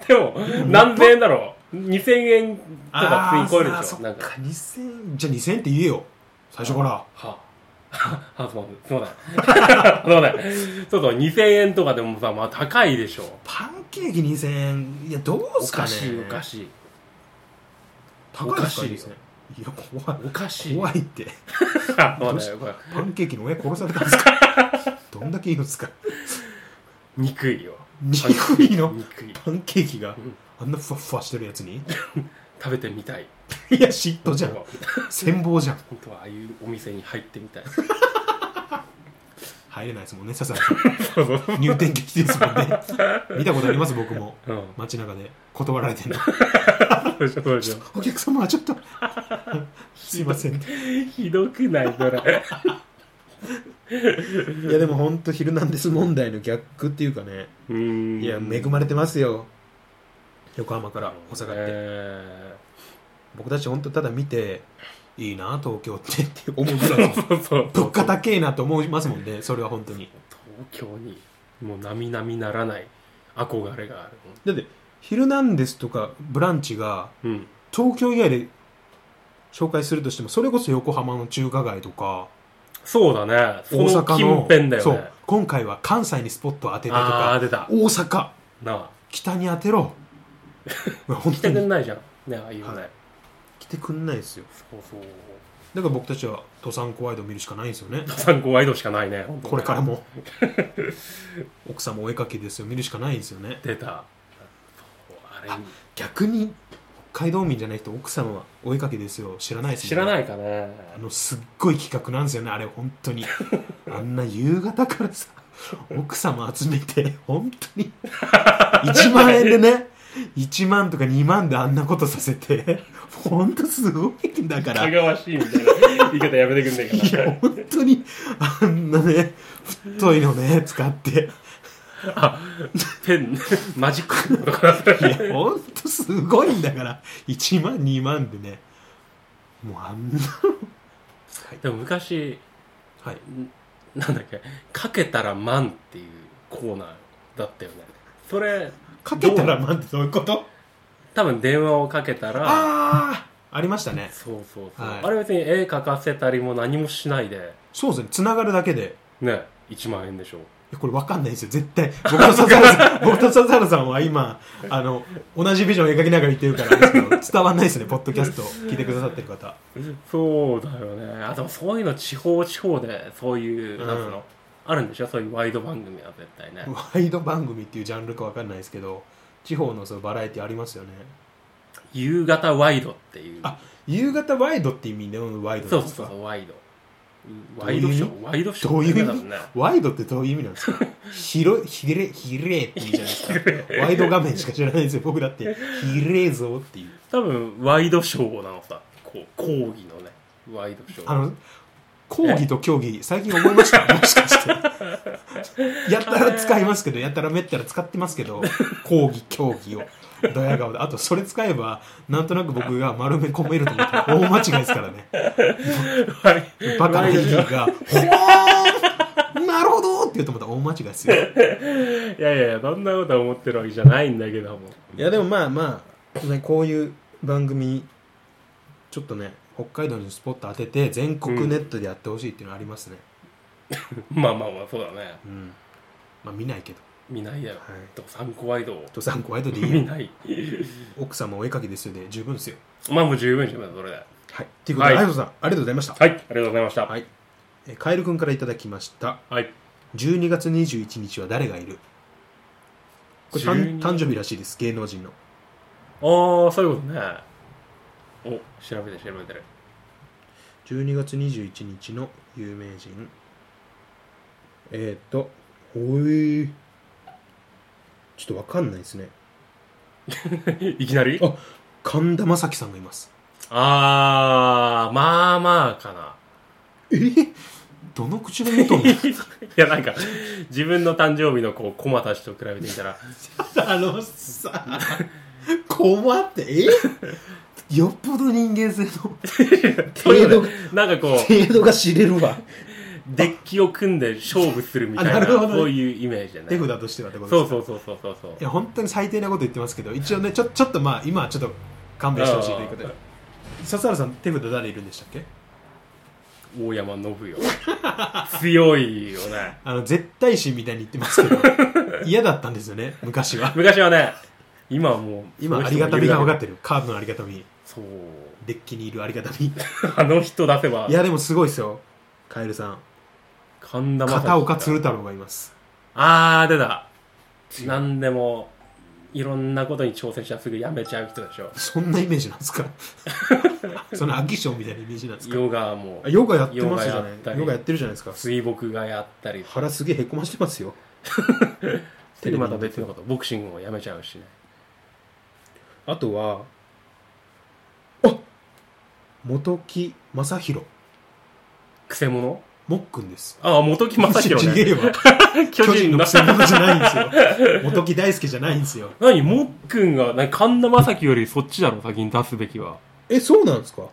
Speaker 2: でも何千円だろう2000円とか普通に超える
Speaker 1: あー
Speaker 2: でし
Speaker 1: そ
Speaker 2: ょ
Speaker 1: っ
Speaker 2: なん
Speaker 1: か
Speaker 2: か、
Speaker 1: 2000円。じゃあ2000円って言えよ。最初から。
Speaker 2: は あ、はあ、すまんすまないすまない そうそう2000円とかでもさまあ高いでしょ
Speaker 1: パンケーキ2000円。いや、どう
Speaker 2: お
Speaker 1: すか
Speaker 2: か
Speaker 1: ね。
Speaker 2: しいおかしい
Speaker 1: 高いですか
Speaker 2: おかしいよ
Speaker 1: 2000円いや、怖い。
Speaker 2: おかしい
Speaker 1: 怖いって。
Speaker 2: あそうだよこれ
Speaker 1: パンケーキの親殺されたんですか どんだけいいんですか
Speaker 2: 憎いよ
Speaker 1: 憎いの
Speaker 2: 憎い
Speaker 1: パンケーキが
Speaker 2: うん
Speaker 1: あんなふわふわしてるやつに
Speaker 2: 食べてみたい
Speaker 1: いや、嫉妬じ ゃん
Speaker 2: 本。
Speaker 1: 羨望じゃん。
Speaker 2: 当はああいうお店に入ってみたい
Speaker 1: 入れないですもんね、笹原さん。入店できてですもんね。見たことあります、僕も。
Speaker 2: うん
Speaker 1: 街中で断られてんの。
Speaker 2: そうでしょそうでしょ
Speaker 1: お客様はちょっ と、すいません。い
Speaker 2: ひどくないそれ
Speaker 1: や、でも本当、ヒルナンデス問題の逆っていうかね、
Speaker 2: うん
Speaker 1: いや、恵まれてますよ。横浜から大阪って。
Speaker 2: え
Speaker 1: 僕たち本当、ただ見て、いいな、東京ってって思うぐらいです
Speaker 2: ーそうそう
Speaker 1: 物価高えなと思いますもんね、それは本当に。
Speaker 2: 東京にもう並々ならない憧れがある
Speaker 1: だって、ヒルナンデスとかブランチが、
Speaker 2: うん
Speaker 1: 東京以外で紹介するとしてもそれこそ横浜の中華街とか
Speaker 2: そうだねそ
Speaker 1: 大
Speaker 2: の
Speaker 1: 阪の
Speaker 2: 近辺だよね
Speaker 1: そう今回は関西にスポットを当てたと
Speaker 2: ああー
Speaker 1: か
Speaker 2: 出た
Speaker 1: 大阪
Speaker 2: なあ
Speaker 1: 北に当て ろ本
Speaker 2: 来
Speaker 1: 当
Speaker 2: てく
Speaker 1: に
Speaker 2: んないじゃんねああいうのね、
Speaker 1: はい来てくんないですよ
Speaker 2: そうそう
Speaker 1: だから僕たちは登山コワイドを見るしかないんですよね
Speaker 2: 参考ワイドしかないね
Speaker 1: これから も奥様お絵かきですよ見るしかないんですよね
Speaker 2: 出たそうあれ
Speaker 1: 逆に北海道民じゃない人奥様はお絵かきですよ知らないです
Speaker 2: 知ら
Speaker 1: い
Speaker 2: ないかね
Speaker 1: あのすっごい企画なんですよねあれ本当にあんな夕方からさ奥様集めて本当に1万円でね1万とか2万であんなことさせて本当すごいんだから
Speaker 2: か
Speaker 1: い
Speaker 2: がわしいみたいな言い方やめてくんねえか
Speaker 1: や
Speaker 2: な
Speaker 1: 本当にあんなね太いのね使って
Speaker 2: ペンマジックとか
Speaker 1: いや本当すごいんだから1万2万でねもうあんなのはい
Speaker 2: でも昔
Speaker 1: はい
Speaker 2: なんだっけかけたら万っていうコーナーだったよねそれ
Speaker 1: かけたら万ってどういうこと
Speaker 2: 多分電話をかけたら
Speaker 1: ああありましたね
Speaker 2: そうそうそう、
Speaker 1: はい
Speaker 2: あれ別に絵描かせたりも何もしないで
Speaker 1: そうですねつながるだけで
Speaker 2: ね1万円でしょ
Speaker 1: いやこれ分かんないですよ絶対僕と笹原さ ん僕と笹原さんは今あの同じビジョンを描きながら言ってるからですけど 伝わんないですねポッドキャストを聞いてくださってる方
Speaker 2: そうだよねあでもそういうの地方地方でそういう、なんつう
Speaker 1: うん
Speaker 2: のあるんでしょそういうワイド番組は絶対ね
Speaker 1: ワイド番組っていうジャンルか分かんないですけど地方のそのバラエティありますよね
Speaker 2: 夕方ワイドっていう
Speaker 1: あ夕方ワイドって意味でもワイド
Speaker 2: そ
Speaker 1: な
Speaker 2: うん
Speaker 1: です
Speaker 2: そ
Speaker 1: か
Speaker 2: うそうワイドうん
Speaker 1: ど
Speaker 2: ワ
Speaker 1: うい
Speaker 2: イ
Speaker 1: う
Speaker 2: ドショーワイドショー
Speaker 1: どういう意
Speaker 2: だも
Speaker 1: 味
Speaker 2: んね
Speaker 1: ワイドってどういう意味なんです か広いひれひれっていいじゃないですかワイド画面しか知らないですよ僕だってひれえぞっていう
Speaker 2: 多分ワイドショーなのさこう講義のねワイドショー
Speaker 1: あの講義と競技最近覚えました もしかしてやったら使いますけどやったらめったら使ってますけど講義競技をドヤ顔であとそれ使えばなんとなく僕が丸め込めると思ったら大間違いですからね
Speaker 2: はい
Speaker 1: バカ
Speaker 2: ワ
Speaker 1: レ
Speaker 2: イ
Speaker 1: ディ
Speaker 2: ドショ
Speaker 1: ーが「ほーんなるほど!」って言うとまた大間違いですよ
Speaker 2: ーいやいやいやそんなことは思ってるわけじゃないんだけども
Speaker 1: いやでもまあまあ、ね、こういう番組ちょっとね北海道にスポット当てて全国ネットでやってほしいっていうのはありますね、
Speaker 2: まあまあまあそうだね
Speaker 1: うんまあ見ないけど
Speaker 2: 見ないだよ、
Speaker 1: はい
Speaker 2: と参考ワイドを
Speaker 1: ドサンコワイドでいい
Speaker 2: 見ない
Speaker 1: 奥様お絵かきですよで十分ですよ
Speaker 2: まあもう十分十分それでは
Speaker 1: はいということで、
Speaker 2: はい
Speaker 1: あやとさんありがとうございました
Speaker 2: いありがとうございました
Speaker 1: はいえーカエル君からいただきました
Speaker 2: はい
Speaker 1: 12月21日は誰がいるこれ誕
Speaker 2: 12
Speaker 1: 誕生日らしいです芸能人の
Speaker 2: ああそういうことねお調べて調べてる
Speaker 1: 12月21日の有名人えー、っとおいちょっとわかんないですね
Speaker 2: いきなり
Speaker 1: あ神田正輝さんがいます
Speaker 2: あーまあまあかな
Speaker 1: えーどの口が言うとんの
Speaker 2: いやなんか自分の誕生日のこう駒たちと比べてみ たら
Speaker 1: あのさ困ってえよっぽど人間性の
Speaker 2: そういうの
Speaker 1: 程
Speaker 2: なんかこう
Speaker 1: 程度が知れるわ
Speaker 2: デッキを組んで勝負するみたいな
Speaker 1: あなるほどね
Speaker 2: そういうイメージじゃない
Speaker 1: 手札としてはってことです
Speaker 2: そうそうそうそうそうそう
Speaker 1: いや本当に最低なこと言ってますけど一応ねちょちょっとまあ今はちょっと勘弁してほしいということで
Speaker 2: あ
Speaker 1: 笹原さん手札誰いるんでしたっけ
Speaker 2: 大山信よ強いよね
Speaker 1: あの絶対心みたいに言ってます けど嫌だったんですよね昔は
Speaker 2: 昔はね今はもう
Speaker 1: 今ありがたみが分かっててるカードのありがたみ
Speaker 2: そう
Speaker 1: デッキにいるありがたみい
Speaker 2: あの人出せば
Speaker 1: やでもすごいですよカエルさん
Speaker 2: 神田正輝
Speaker 1: 片岡鶴太郎がいます
Speaker 2: あー出た何でもいろんなことに挑戦したらすぐやめちゃう人でしょ
Speaker 1: そんなイメージなん ですかその飽き性みたいなイメージなんですか
Speaker 2: ヨガも
Speaker 1: あヨガやってますじゃ
Speaker 2: ヨガやっ
Speaker 1: な
Speaker 2: た
Speaker 1: い
Speaker 2: り
Speaker 1: ヨガやってるじゃないですか
Speaker 2: 水墨画やったり
Speaker 1: 腹すげえへこましてますよ
Speaker 2: テレまた別のことボクシングもやめちゃうしね
Speaker 1: あとは、あ元木正宏、
Speaker 2: くせ者
Speaker 1: もっくんです。
Speaker 2: ああ元木正宏
Speaker 1: ち
Speaker 2: ね
Speaker 1: げえわ。 巨 人
Speaker 2: 巨人
Speaker 1: の
Speaker 2: の
Speaker 1: くせ者じゃないん ですよ。元木大輔じゃないんですよ。
Speaker 2: 何もっくんがなんか神田正輝よりそっちだろ先に出すべきは
Speaker 1: え、そうなんですか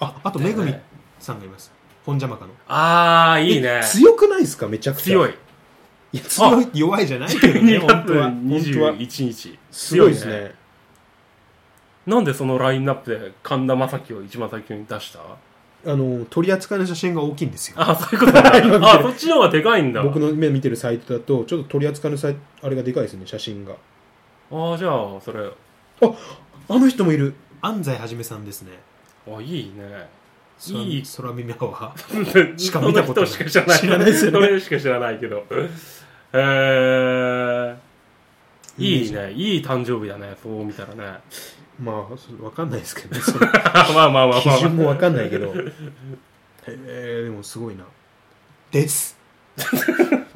Speaker 1: あ、あと、めぐみ
Speaker 2: だよね
Speaker 1: さんがいます。本邪魔かの。
Speaker 2: ああいいね
Speaker 1: え強くないですかめちゃくちゃ。
Speaker 2: 強い。
Speaker 1: いや強い、弱いじゃない けど ね、
Speaker 2: 2
Speaker 1: 本
Speaker 2: 月
Speaker 1: 当は。本当は。
Speaker 2: 21日
Speaker 1: すごいです
Speaker 2: 強
Speaker 1: ね。
Speaker 2: なんでそのラインナップで神田正輝を一番最強に出した
Speaker 1: あの、取り扱いの写真が大きいんですよ。
Speaker 2: あそうい うことなんだあそっちの方がでかいんだ
Speaker 1: 僕の目見てるサイトだと、ちょっと取り扱いのサイト、あれがでかいですね、写真が。
Speaker 2: ああじゃあそれ
Speaker 1: あの人もいる。安西はじめさんですね。
Speaker 2: あいいねい
Speaker 1: い
Speaker 2: い
Speaker 1: い空耳アワー
Speaker 2: し
Speaker 1: しか見たことない
Speaker 2: しか知らない
Speaker 1: 知らないですよね
Speaker 2: それしか知らないけどえー、いいねいい誕生日だねそう見たらね
Speaker 1: まあそれわかんないですけどねその
Speaker 2: まあまあまあまあ、
Speaker 1: 基準もわかんないけ どへえでもすごいなですだっ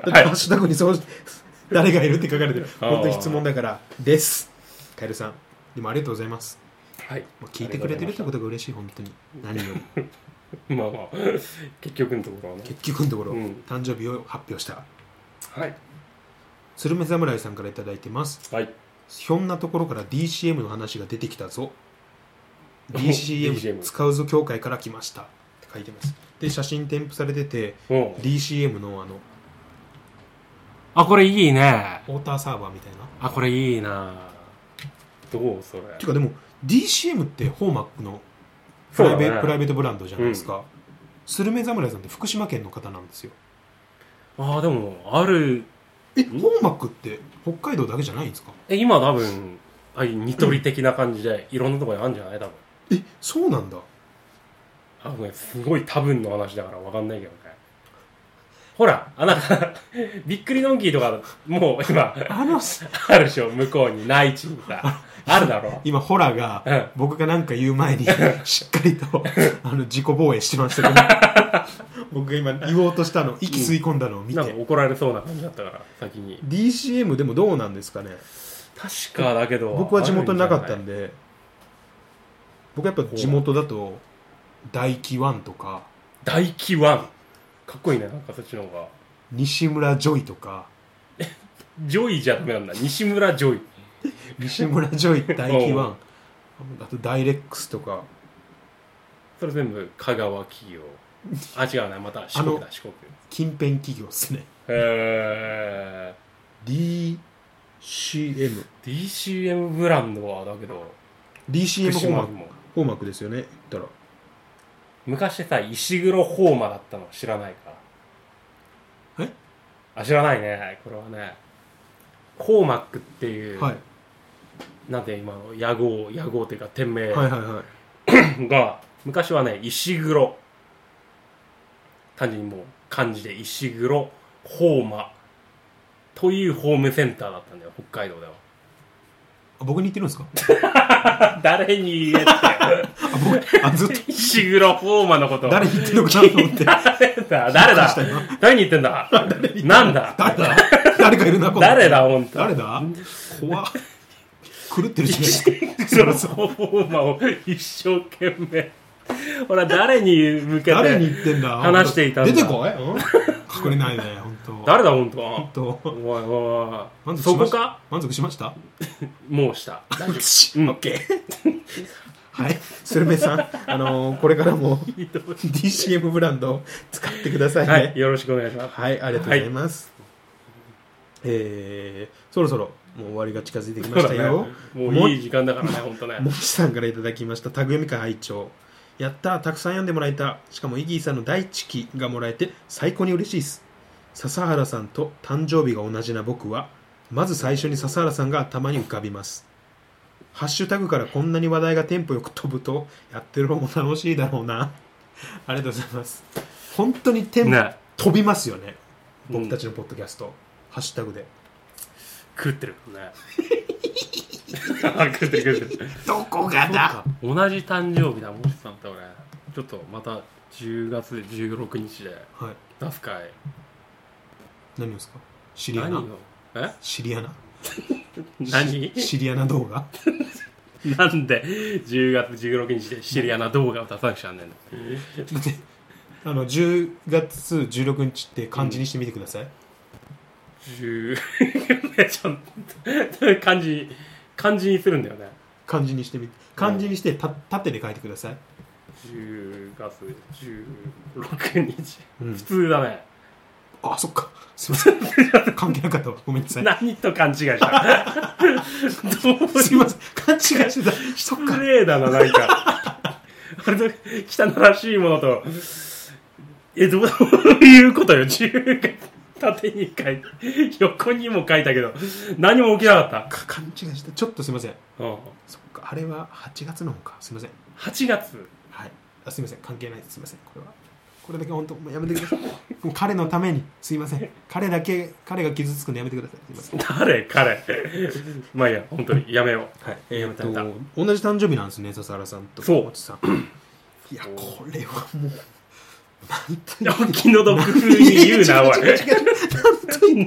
Speaker 1: て
Speaker 2: はい
Speaker 1: ハッシュタグにそう誰がいるって書かれてる
Speaker 2: あー
Speaker 1: 本当に質問だからですカエルさんでもありがとうございます、
Speaker 2: はい
Speaker 1: まあ、聞いてくれてるってことが嬉しい本当に何より
Speaker 2: まあまあ結局のところはね
Speaker 1: 結局のところ、
Speaker 2: うん
Speaker 1: 誕生日を発表した
Speaker 2: はい
Speaker 1: 鶴瓶侍さんから頂いてます
Speaker 2: はい
Speaker 1: ひょんなところから DCM の話が出てきたぞ DCM
Speaker 2: DCM
Speaker 1: 使うぞ協会から来ましたって書いてますで写真添付されてて
Speaker 2: うん
Speaker 1: DCM のあの
Speaker 2: あこれいいね
Speaker 1: ウォーターサーバーみたいな
Speaker 2: あこれいいなどうそれ
Speaker 1: ていうかでも DCM ってホーマックのプ
Speaker 2: そう
Speaker 1: ライ
Speaker 2: だ
Speaker 1: ベ、
Speaker 2: ね
Speaker 1: プライベートブランドじゃないですか、スルメ侍さんって福島県の方なんですよ
Speaker 2: ああでもある
Speaker 1: えホ
Speaker 2: ん
Speaker 1: ーマックって北海道だけじゃないんですか
Speaker 2: え今多分ああいうニトリ的な感じでいろんなところにあるんじゃない多分
Speaker 1: えそうなんだ
Speaker 2: あのねすごい多分の話だからわかんないけどねほらあなんか びっくりドンキーとかもう今
Speaker 1: あの
Speaker 2: あるでしょ向こうに内地にさあるだろ
Speaker 1: 今ホラーが
Speaker 2: うん
Speaker 1: 僕が何か言う前にしっかりとあの自己防衛してましたけど僕が今言おうとしたの息吸い込んだのを見
Speaker 2: なんか
Speaker 1: て
Speaker 2: 怒られそうな感じだったから先に
Speaker 1: DCM でもどうなんですかね
Speaker 2: 確かだけど
Speaker 1: 僕は地元になかったん
Speaker 2: で
Speaker 1: で僕やっぱ地元だと大輝ワンとか
Speaker 2: 大気ワンかっこいいねなんかそっちの方が
Speaker 1: 西村ジョイとか
Speaker 2: ジョイじゃダメなんだ西村ジョイ
Speaker 1: 西村ジョイ大輝ワ
Speaker 2: お
Speaker 1: ンあとダイレックスとか
Speaker 2: それ全部香川企業あ違うなまた四国だ四国
Speaker 1: 近辺企業ですね
Speaker 2: へえ
Speaker 1: DCM
Speaker 2: DCM ブランドはだけど
Speaker 1: DCM
Speaker 2: 福
Speaker 1: ホー
Speaker 2: 島
Speaker 1: マ
Speaker 2: にも
Speaker 1: ホーマックですよね言ったら
Speaker 2: 昔さ石黒ホーマだったの知らないか
Speaker 1: え
Speaker 2: あ知らないねこれはねホーマックっていう、
Speaker 1: はい
Speaker 2: なんて今の野号野号っていうか店名
Speaker 1: はいはいはい
Speaker 2: が昔はね石黒単純にもう漢字で石黒ホーマというホームセンターだったんだよ北海道では
Speaker 1: あ僕に言ってるんですか
Speaker 2: 誰に言え っ
Speaker 1: あ 僕あずっと
Speaker 2: て石黒ホーマのこと
Speaker 1: 誰に言ってるのかなと思って
Speaker 2: 誰だ誰だ誰に言ってんだなんだ
Speaker 1: 誰だ誰かいるなこの
Speaker 2: 誰だ本当
Speaker 1: 誰だ怖っ 狂ってるじゃないですか
Speaker 2: 黒ホーマを一生懸命ほら、誰に向けて。
Speaker 1: 誰に言ってんだ
Speaker 2: 話していたんだ
Speaker 1: 出てこい、うん隠れないね本当
Speaker 2: 誰だ、本当
Speaker 1: 本
Speaker 2: お
Speaker 1: 当
Speaker 2: いおいお
Speaker 1: 満
Speaker 2: い。
Speaker 1: 足
Speaker 2: そ
Speaker 1: しま
Speaker 2: こ
Speaker 1: した
Speaker 2: か
Speaker 1: 満足しました
Speaker 2: もうした。
Speaker 1: オッケーはいスルメさんあのーこれからも DCM ブランドを使ってくださいね
Speaker 2: はい、よろしくお願いします。
Speaker 1: はい、ありがとうございます。えー、そろそろもう終わりが近づいてきましたよ。
Speaker 2: もういい時間だからね、本当ね
Speaker 1: も。ちさんからいただきました、タグ読み会拝聴やったー、たくさん読んでもらえた。しかも、イギーさんの第一期がもらえて、最高に嬉しいです。笹原さんと誕生日が同じな僕は、まず最初に笹原さんが頭に浮かびます。ハッシュタグからこんなに話題がテンポよく飛ぶと、やってる方も楽しいだろうな。ありがとうございます。本当にテンポ、
Speaker 2: ね
Speaker 1: 飛びますよね。
Speaker 2: うん
Speaker 1: 僕たちのポッドキャスト、ハッシュタグで。
Speaker 2: 食ってる。ね 食ってる、食ってる。
Speaker 1: どこがだ
Speaker 2: 同じ誕生日だ、もちさんと俺。ちょっとまた10月で16日で
Speaker 1: はい。
Speaker 2: 出す会。
Speaker 1: 何をですかシリア
Speaker 2: 何
Speaker 1: ナ
Speaker 2: をえ
Speaker 1: シリアナ
Speaker 2: 何
Speaker 1: シリアナ動画
Speaker 2: なんで10月16日でシリアな動画を出さなくちゃなんねんの
Speaker 1: だってあの10月16日って漢字にしてみてください、
Speaker 2: 10 ちょっと 漢字漢字にするんだよね
Speaker 1: 漢字にしてみて漢字にしてた縦で書いてください
Speaker 2: 10月16日、
Speaker 1: うん
Speaker 2: 普通だね
Speaker 1: あそっかすいません 関係なかったわごめんなさい
Speaker 2: 何と勘違いした どう
Speaker 1: すいません勘違いしてたそっ
Speaker 2: 失
Speaker 1: か
Speaker 2: 礼だななんか割と汚らしいものとえどういうことよ10月縦に書いて横にも書いたけど何も起きなかっ
Speaker 1: か勘違いしてたちょっとすいません
Speaker 2: た、うん、
Speaker 1: そっかあれは8月の方かすいません
Speaker 2: 8月
Speaker 1: はいあすいません関係ないですすいませんこれはこれだけ本当もうやめてください もう彼のためにすいません彼だけ彼が傷つくのやめてくださいすいません
Speaker 2: 誰彼まあいいや本当にやめよ
Speaker 1: はい、
Speaker 2: えー
Speaker 1: えーっと
Speaker 2: やめたや
Speaker 1: 同じ誕生日なんですね笹原さんと
Speaker 2: そう
Speaker 1: 松さんいやこれはもう なんと
Speaker 2: ういや気の毒に言う なおい
Speaker 1: 違う違う違う
Speaker 2: 言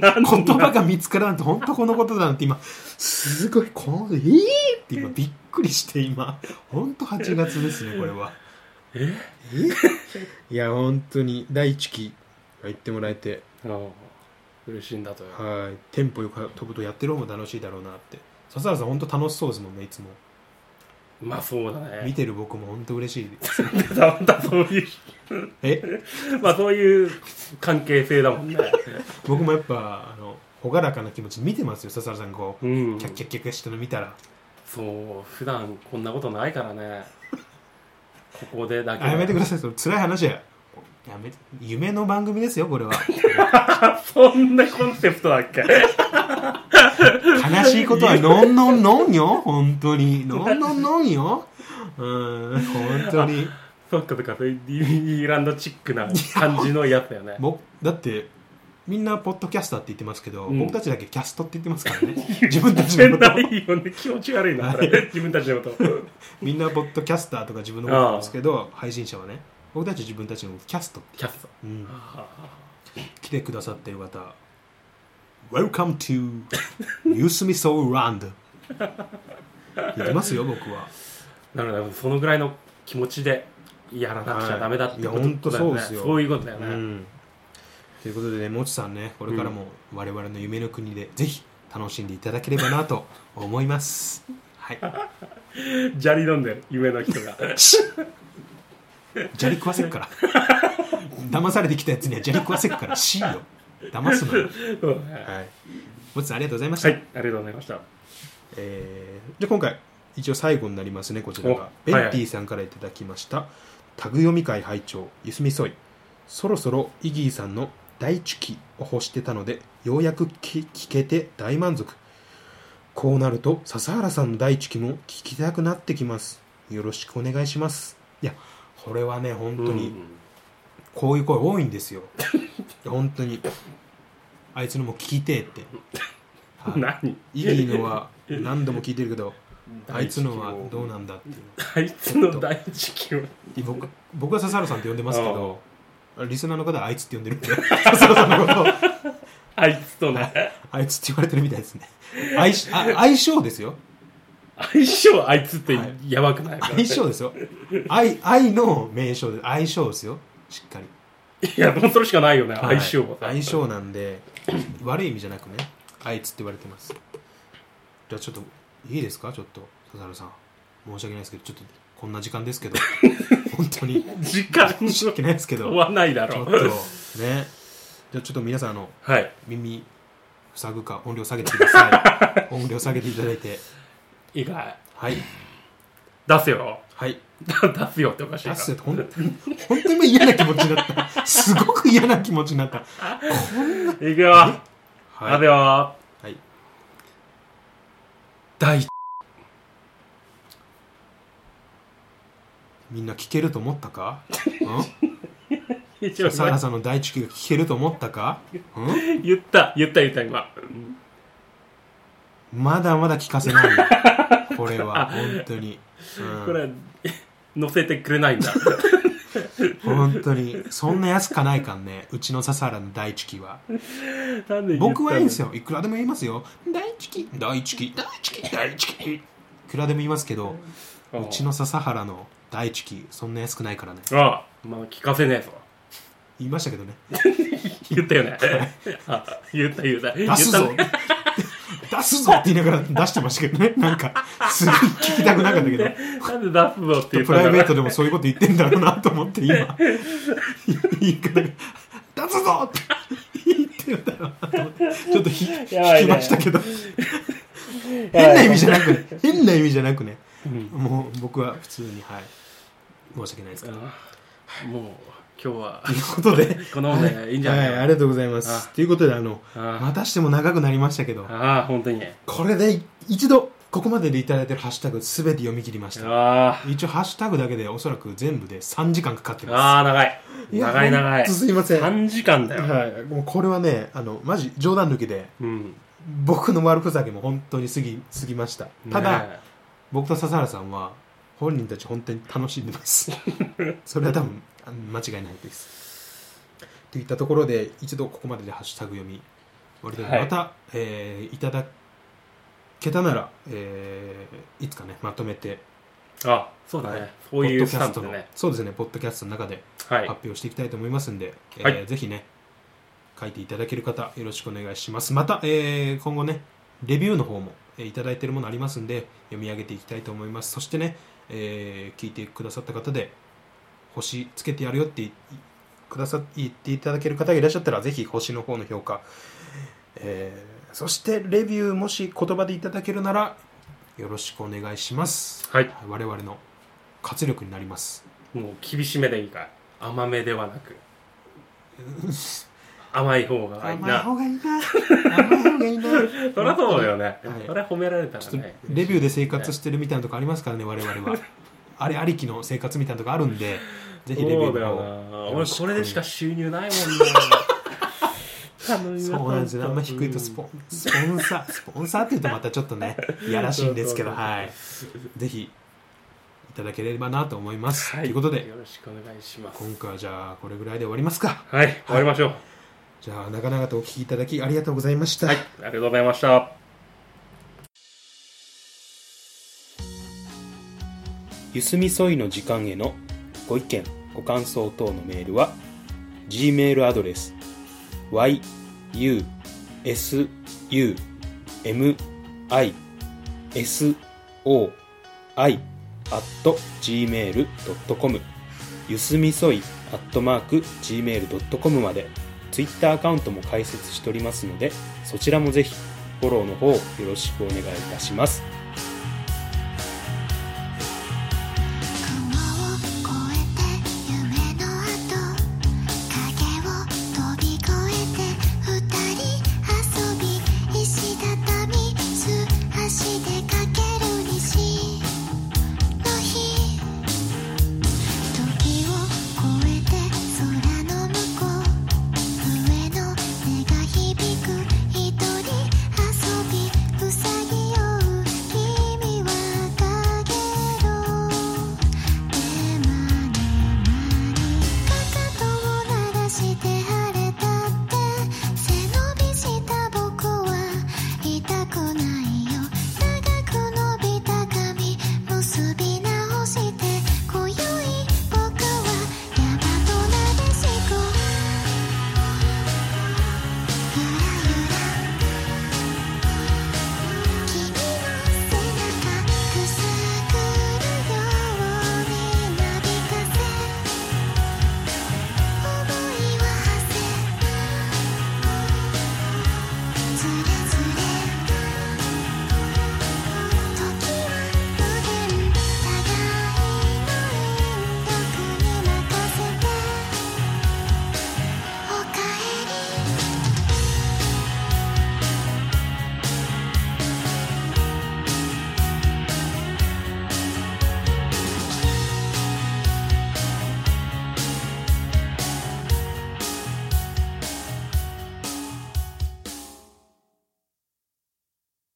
Speaker 1: 言葉が見つからんと本当このことだなんて今すごいこの「えー!」って今びっくりして今本当8月ですねこれは
Speaker 2: え
Speaker 1: いや本当に第一期言ってもらえて
Speaker 2: 嬉しいんだとよ
Speaker 1: はいテンポよく飛ぶとやってる方も楽しいだろうなって笹原さん本当楽しそうですもんねいつも
Speaker 2: まあそうだね
Speaker 1: 見てる僕も本当嬉しいです
Speaker 2: またそういう
Speaker 1: え
Speaker 2: まあそういう関係性だもんね
Speaker 1: 僕もやっぱあの朗らかな気持ち見てますよ笹原さんこう、
Speaker 2: うん
Speaker 1: キャッキャッキャッキャしてるの見たら、
Speaker 2: そう普段こんなことないか らねここでだけ
Speaker 1: あやめてくださいそれ辛い話ややめて夢の番組ですよ これは
Speaker 2: そんなコンセプトだっけ
Speaker 1: 悲しいことはのんのんのんよ本当にのんのんのんようん本当に
Speaker 2: そっかそっかそういうディーランドチックな感じのやつだよね
Speaker 1: 僕だってみんなポッドキャスターって言ってますけど、
Speaker 2: うん
Speaker 1: 僕たちだけキャストって言ってますからね自分たち
Speaker 2: 全
Speaker 1: のこ
Speaker 2: 然な
Speaker 1: と
Speaker 2: いよね気持ち悪いなそれ自分たちの こと
Speaker 1: みんなポッドキャスターとか自分のこと言うんですけど配信者はね僕たち自分たちのことキャストって、
Speaker 2: キャスト
Speaker 1: うん、
Speaker 2: あ
Speaker 1: 来てくださっている方 Welcome to ユースミソーランド言ってますよ僕は
Speaker 2: なるほどそのぐらいの気持ちでやらなくちゃダメだってことだよ
Speaker 1: はいいや本当そうで
Speaker 2: ね
Speaker 1: すよ
Speaker 2: そういうことだよ
Speaker 1: う
Speaker 2: ね、
Speaker 1: んということでねもちさんねこれからも我々の夢の国でぜひ楽しんでいただければなと思いますはい
Speaker 2: 砂利飲んでる夢の人 が
Speaker 1: 砂利食わせっから騙されてきたやつには砂利食わせっからしいよ騙すのよ
Speaker 2: そうだね
Speaker 1: はいもちさんありがとうございました、
Speaker 2: はいありがとうございました
Speaker 1: えーじゃあ今回一応最後になりますねこちら
Speaker 2: お
Speaker 1: が
Speaker 2: はい
Speaker 1: ベ
Speaker 2: はい
Speaker 1: ッティさんからいただきました、タグ読み会拝聴ゆすみそいそろそろイギーさんの大地期を欲してたのでようやく聞聞けて大満足こうなると笹原さんの大地期も聞きたくなってきますよろしくお願いしますいやこれはね本当に、こういう声多いんですよ本当にあいつのも聞きてえ って、
Speaker 2: うん
Speaker 1: はい
Speaker 2: 何
Speaker 1: イギーのは何度も聞いてるけ どあいつのはどうなんだっていう
Speaker 2: あいつの大地球
Speaker 1: 僕僕は笹原さんって呼んでますけどリスナーの方はあいつって呼んでるんで 笹原さんのことを
Speaker 2: あいつとね
Speaker 1: あいつって言われてるみたいですね相しあ相性ですよ
Speaker 2: 相性あいつってやばくない、
Speaker 1: 相性ですよ愛愛の名称で相性ですよしっかり
Speaker 2: いやもうそれしかないよね、相性
Speaker 1: は
Speaker 2: はい
Speaker 1: 相性なんで悪い意味じゃなくねあいつって言われてますじゃあちょっといいですかちょっと笹原さん申し訳ないですけどちょっとこんな時間ですけ ど本当に
Speaker 2: 時間
Speaker 1: 申し訳ないですけど
Speaker 2: はないだ
Speaker 1: ちょ
Speaker 2: ろ
Speaker 1: っ
Speaker 2: う
Speaker 1: とねじゃあちょっと皆さんあの
Speaker 2: はい
Speaker 1: 耳塞ぐか音量下げてくださ い音量下げていただいて
Speaker 2: いいかい
Speaker 1: はい
Speaker 2: 出せよ
Speaker 1: はい
Speaker 2: 出すよっておかしいな
Speaker 1: 出すよほん本当に今嫌な気持ちになったすごく嫌な気持ちになった
Speaker 2: いくよ、
Speaker 1: は
Speaker 2: 出せ
Speaker 1: い、
Speaker 2: よ
Speaker 1: はい、
Speaker 2: 第一
Speaker 1: みんな聞けると思ったか
Speaker 2: 一
Speaker 1: うん
Speaker 2: 応
Speaker 1: 笹原さんの第一期が聞けると思ったかう
Speaker 2: 言った言った言った今
Speaker 1: んまだまだ聞かせないよこれは本当に、
Speaker 2: こ
Speaker 1: うん、
Speaker 2: れ 載せてくれ ないんだ
Speaker 1: 本当にそんな安かないかんねうちの笹原の第一期は
Speaker 2: なんで言ったの
Speaker 1: 僕はいいんですよいくらでも言いますよ第一期第一期第一期第一期いくらでも言いますけど
Speaker 2: ああ
Speaker 1: うちの笹原の第一期そんな安くないからね
Speaker 2: ああまあ聞かせねえぞ
Speaker 1: 言いましたけどね
Speaker 2: 言った よねあ言った言った言
Speaker 1: 出
Speaker 2: っ
Speaker 1: す
Speaker 2: た
Speaker 1: ぞ
Speaker 2: ね
Speaker 1: 出すぞって言いながら出してましたけどねなんかすごい聞きたくなかったけど
Speaker 2: なんで出すぞって言っ
Speaker 1: プ
Speaker 2: たんだ
Speaker 1: ラ
Speaker 2: ろ
Speaker 1: イ
Speaker 2: う
Speaker 1: ベートでもそういうこと言ってんだろうなと思って今 言い方が「出すぞ!」って言ってるんだろうなと思ってちょっとひ
Speaker 2: やばい
Speaker 1: 引
Speaker 2: ね
Speaker 1: きましたけど変な意味じゃなくね変な意味じゃなくね
Speaker 2: うん
Speaker 1: もう僕は普通にはい申し訳ないですけど
Speaker 2: あもう今日は
Speaker 1: ということで
Speaker 2: このままでいいんじゃない
Speaker 1: はい、ありがとうございま
Speaker 2: あ
Speaker 1: すということであの
Speaker 2: あ
Speaker 1: またしても長くなりましたけど
Speaker 2: ああ本当に
Speaker 1: これで一度ここまででいただいてるハッシュタグ全て読み切りました
Speaker 2: あ
Speaker 1: 一応ハッシュタグだけでおそらく全部で3時間かかって
Speaker 2: あ
Speaker 1: ま
Speaker 2: ああ長い
Speaker 1: すいや
Speaker 2: 長い長い
Speaker 1: ほんとすいません
Speaker 2: 3時間だよ、
Speaker 1: はい、もうこれはねあのマジ冗談抜きで
Speaker 2: うん
Speaker 1: 僕の悪ふざけも本当に過ぎ過ぎましたただ、
Speaker 2: ね
Speaker 1: 僕と笹原さんは本人たち本当に楽しんでます それは多分あの間違いないですといったところで一度ここまででハッシュタグ読み終わりたいと思いますまた、えーいただけたなら、えーいつかねまとめて
Speaker 2: えあそうだね、
Speaker 1: はい
Speaker 2: そうい
Speaker 1: ポッ
Speaker 2: う
Speaker 1: ド
Speaker 2: ス
Speaker 1: キャ
Speaker 2: タ
Speaker 1: ス
Speaker 2: ン
Speaker 1: ト
Speaker 2: プ
Speaker 1: の、
Speaker 2: でね
Speaker 1: そうですねポッドキャストの中で
Speaker 2: はい
Speaker 1: 発表していきたいと思いますんで、えー
Speaker 2: はい
Speaker 1: ぜひね書いていただける方よろしくお願いしますまた、えー今後ねレビューの方も、えーいただいているものありますんで読み上げていきたいと思いますそしてね、えー聞いてくださった方で星つけてやるよっていくださ言っていただける方がいらっしゃったらぜひ星の方の評価、えーそしてレビューもし言葉でいただけるならよろしくお願いします、
Speaker 2: はい
Speaker 1: 我々の活力になります
Speaker 2: もう厳しめでいいから甘めではなく甘い方がいい
Speaker 1: 甘い
Speaker 2: な
Speaker 1: 方が いいな。甘い方がいいな。
Speaker 2: そりゃそうだよね、
Speaker 1: はい
Speaker 2: それ褒められたら
Speaker 1: ちょっと
Speaker 2: ね
Speaker 1: レビューで生活してるみたいなとこありますからね、我々 は。あれありきの生活みたいなとこあるんで、ぜひレビュ
Speaker 2: そう
Speaker 1: ー
Speaker 2: だ
Speaker 1: の
Speaker 2: よな
Speaker 1: 方
Speaker 2: 俺これでしか収入ないもんね頼む よ
Speaker 1: そうなんですよ。あんま低いとスポンスポンサー、スポンサーって言うとまたちょっと ね、いやらしいんですけど、
Speaker 2: そうそうそう
Speaker 1: はい。ぜひ、いただければなと思います。
Speaker 2: はい
Speaker 1: ということで、
Speaker 2: よろしくお願いします
Speaker 1: 今回はじゃあ、これぐらいで終わりますか。
Speaker 2: はい終わりましょう
Speaker 1: じゃあ、長々とお聞きいただきありがとうございました。
Speaker 2: はい、ありがとうございました
Speaker 1: ゆすみそいの時間へのご意見ご感想等のメールは g メールアドレス y u s u m i s o i gmail.com ゆすみそい gmail.com までツイッターアカウントも開設しておりますのでそちらもぜひフォローの方よろしくお願いいたします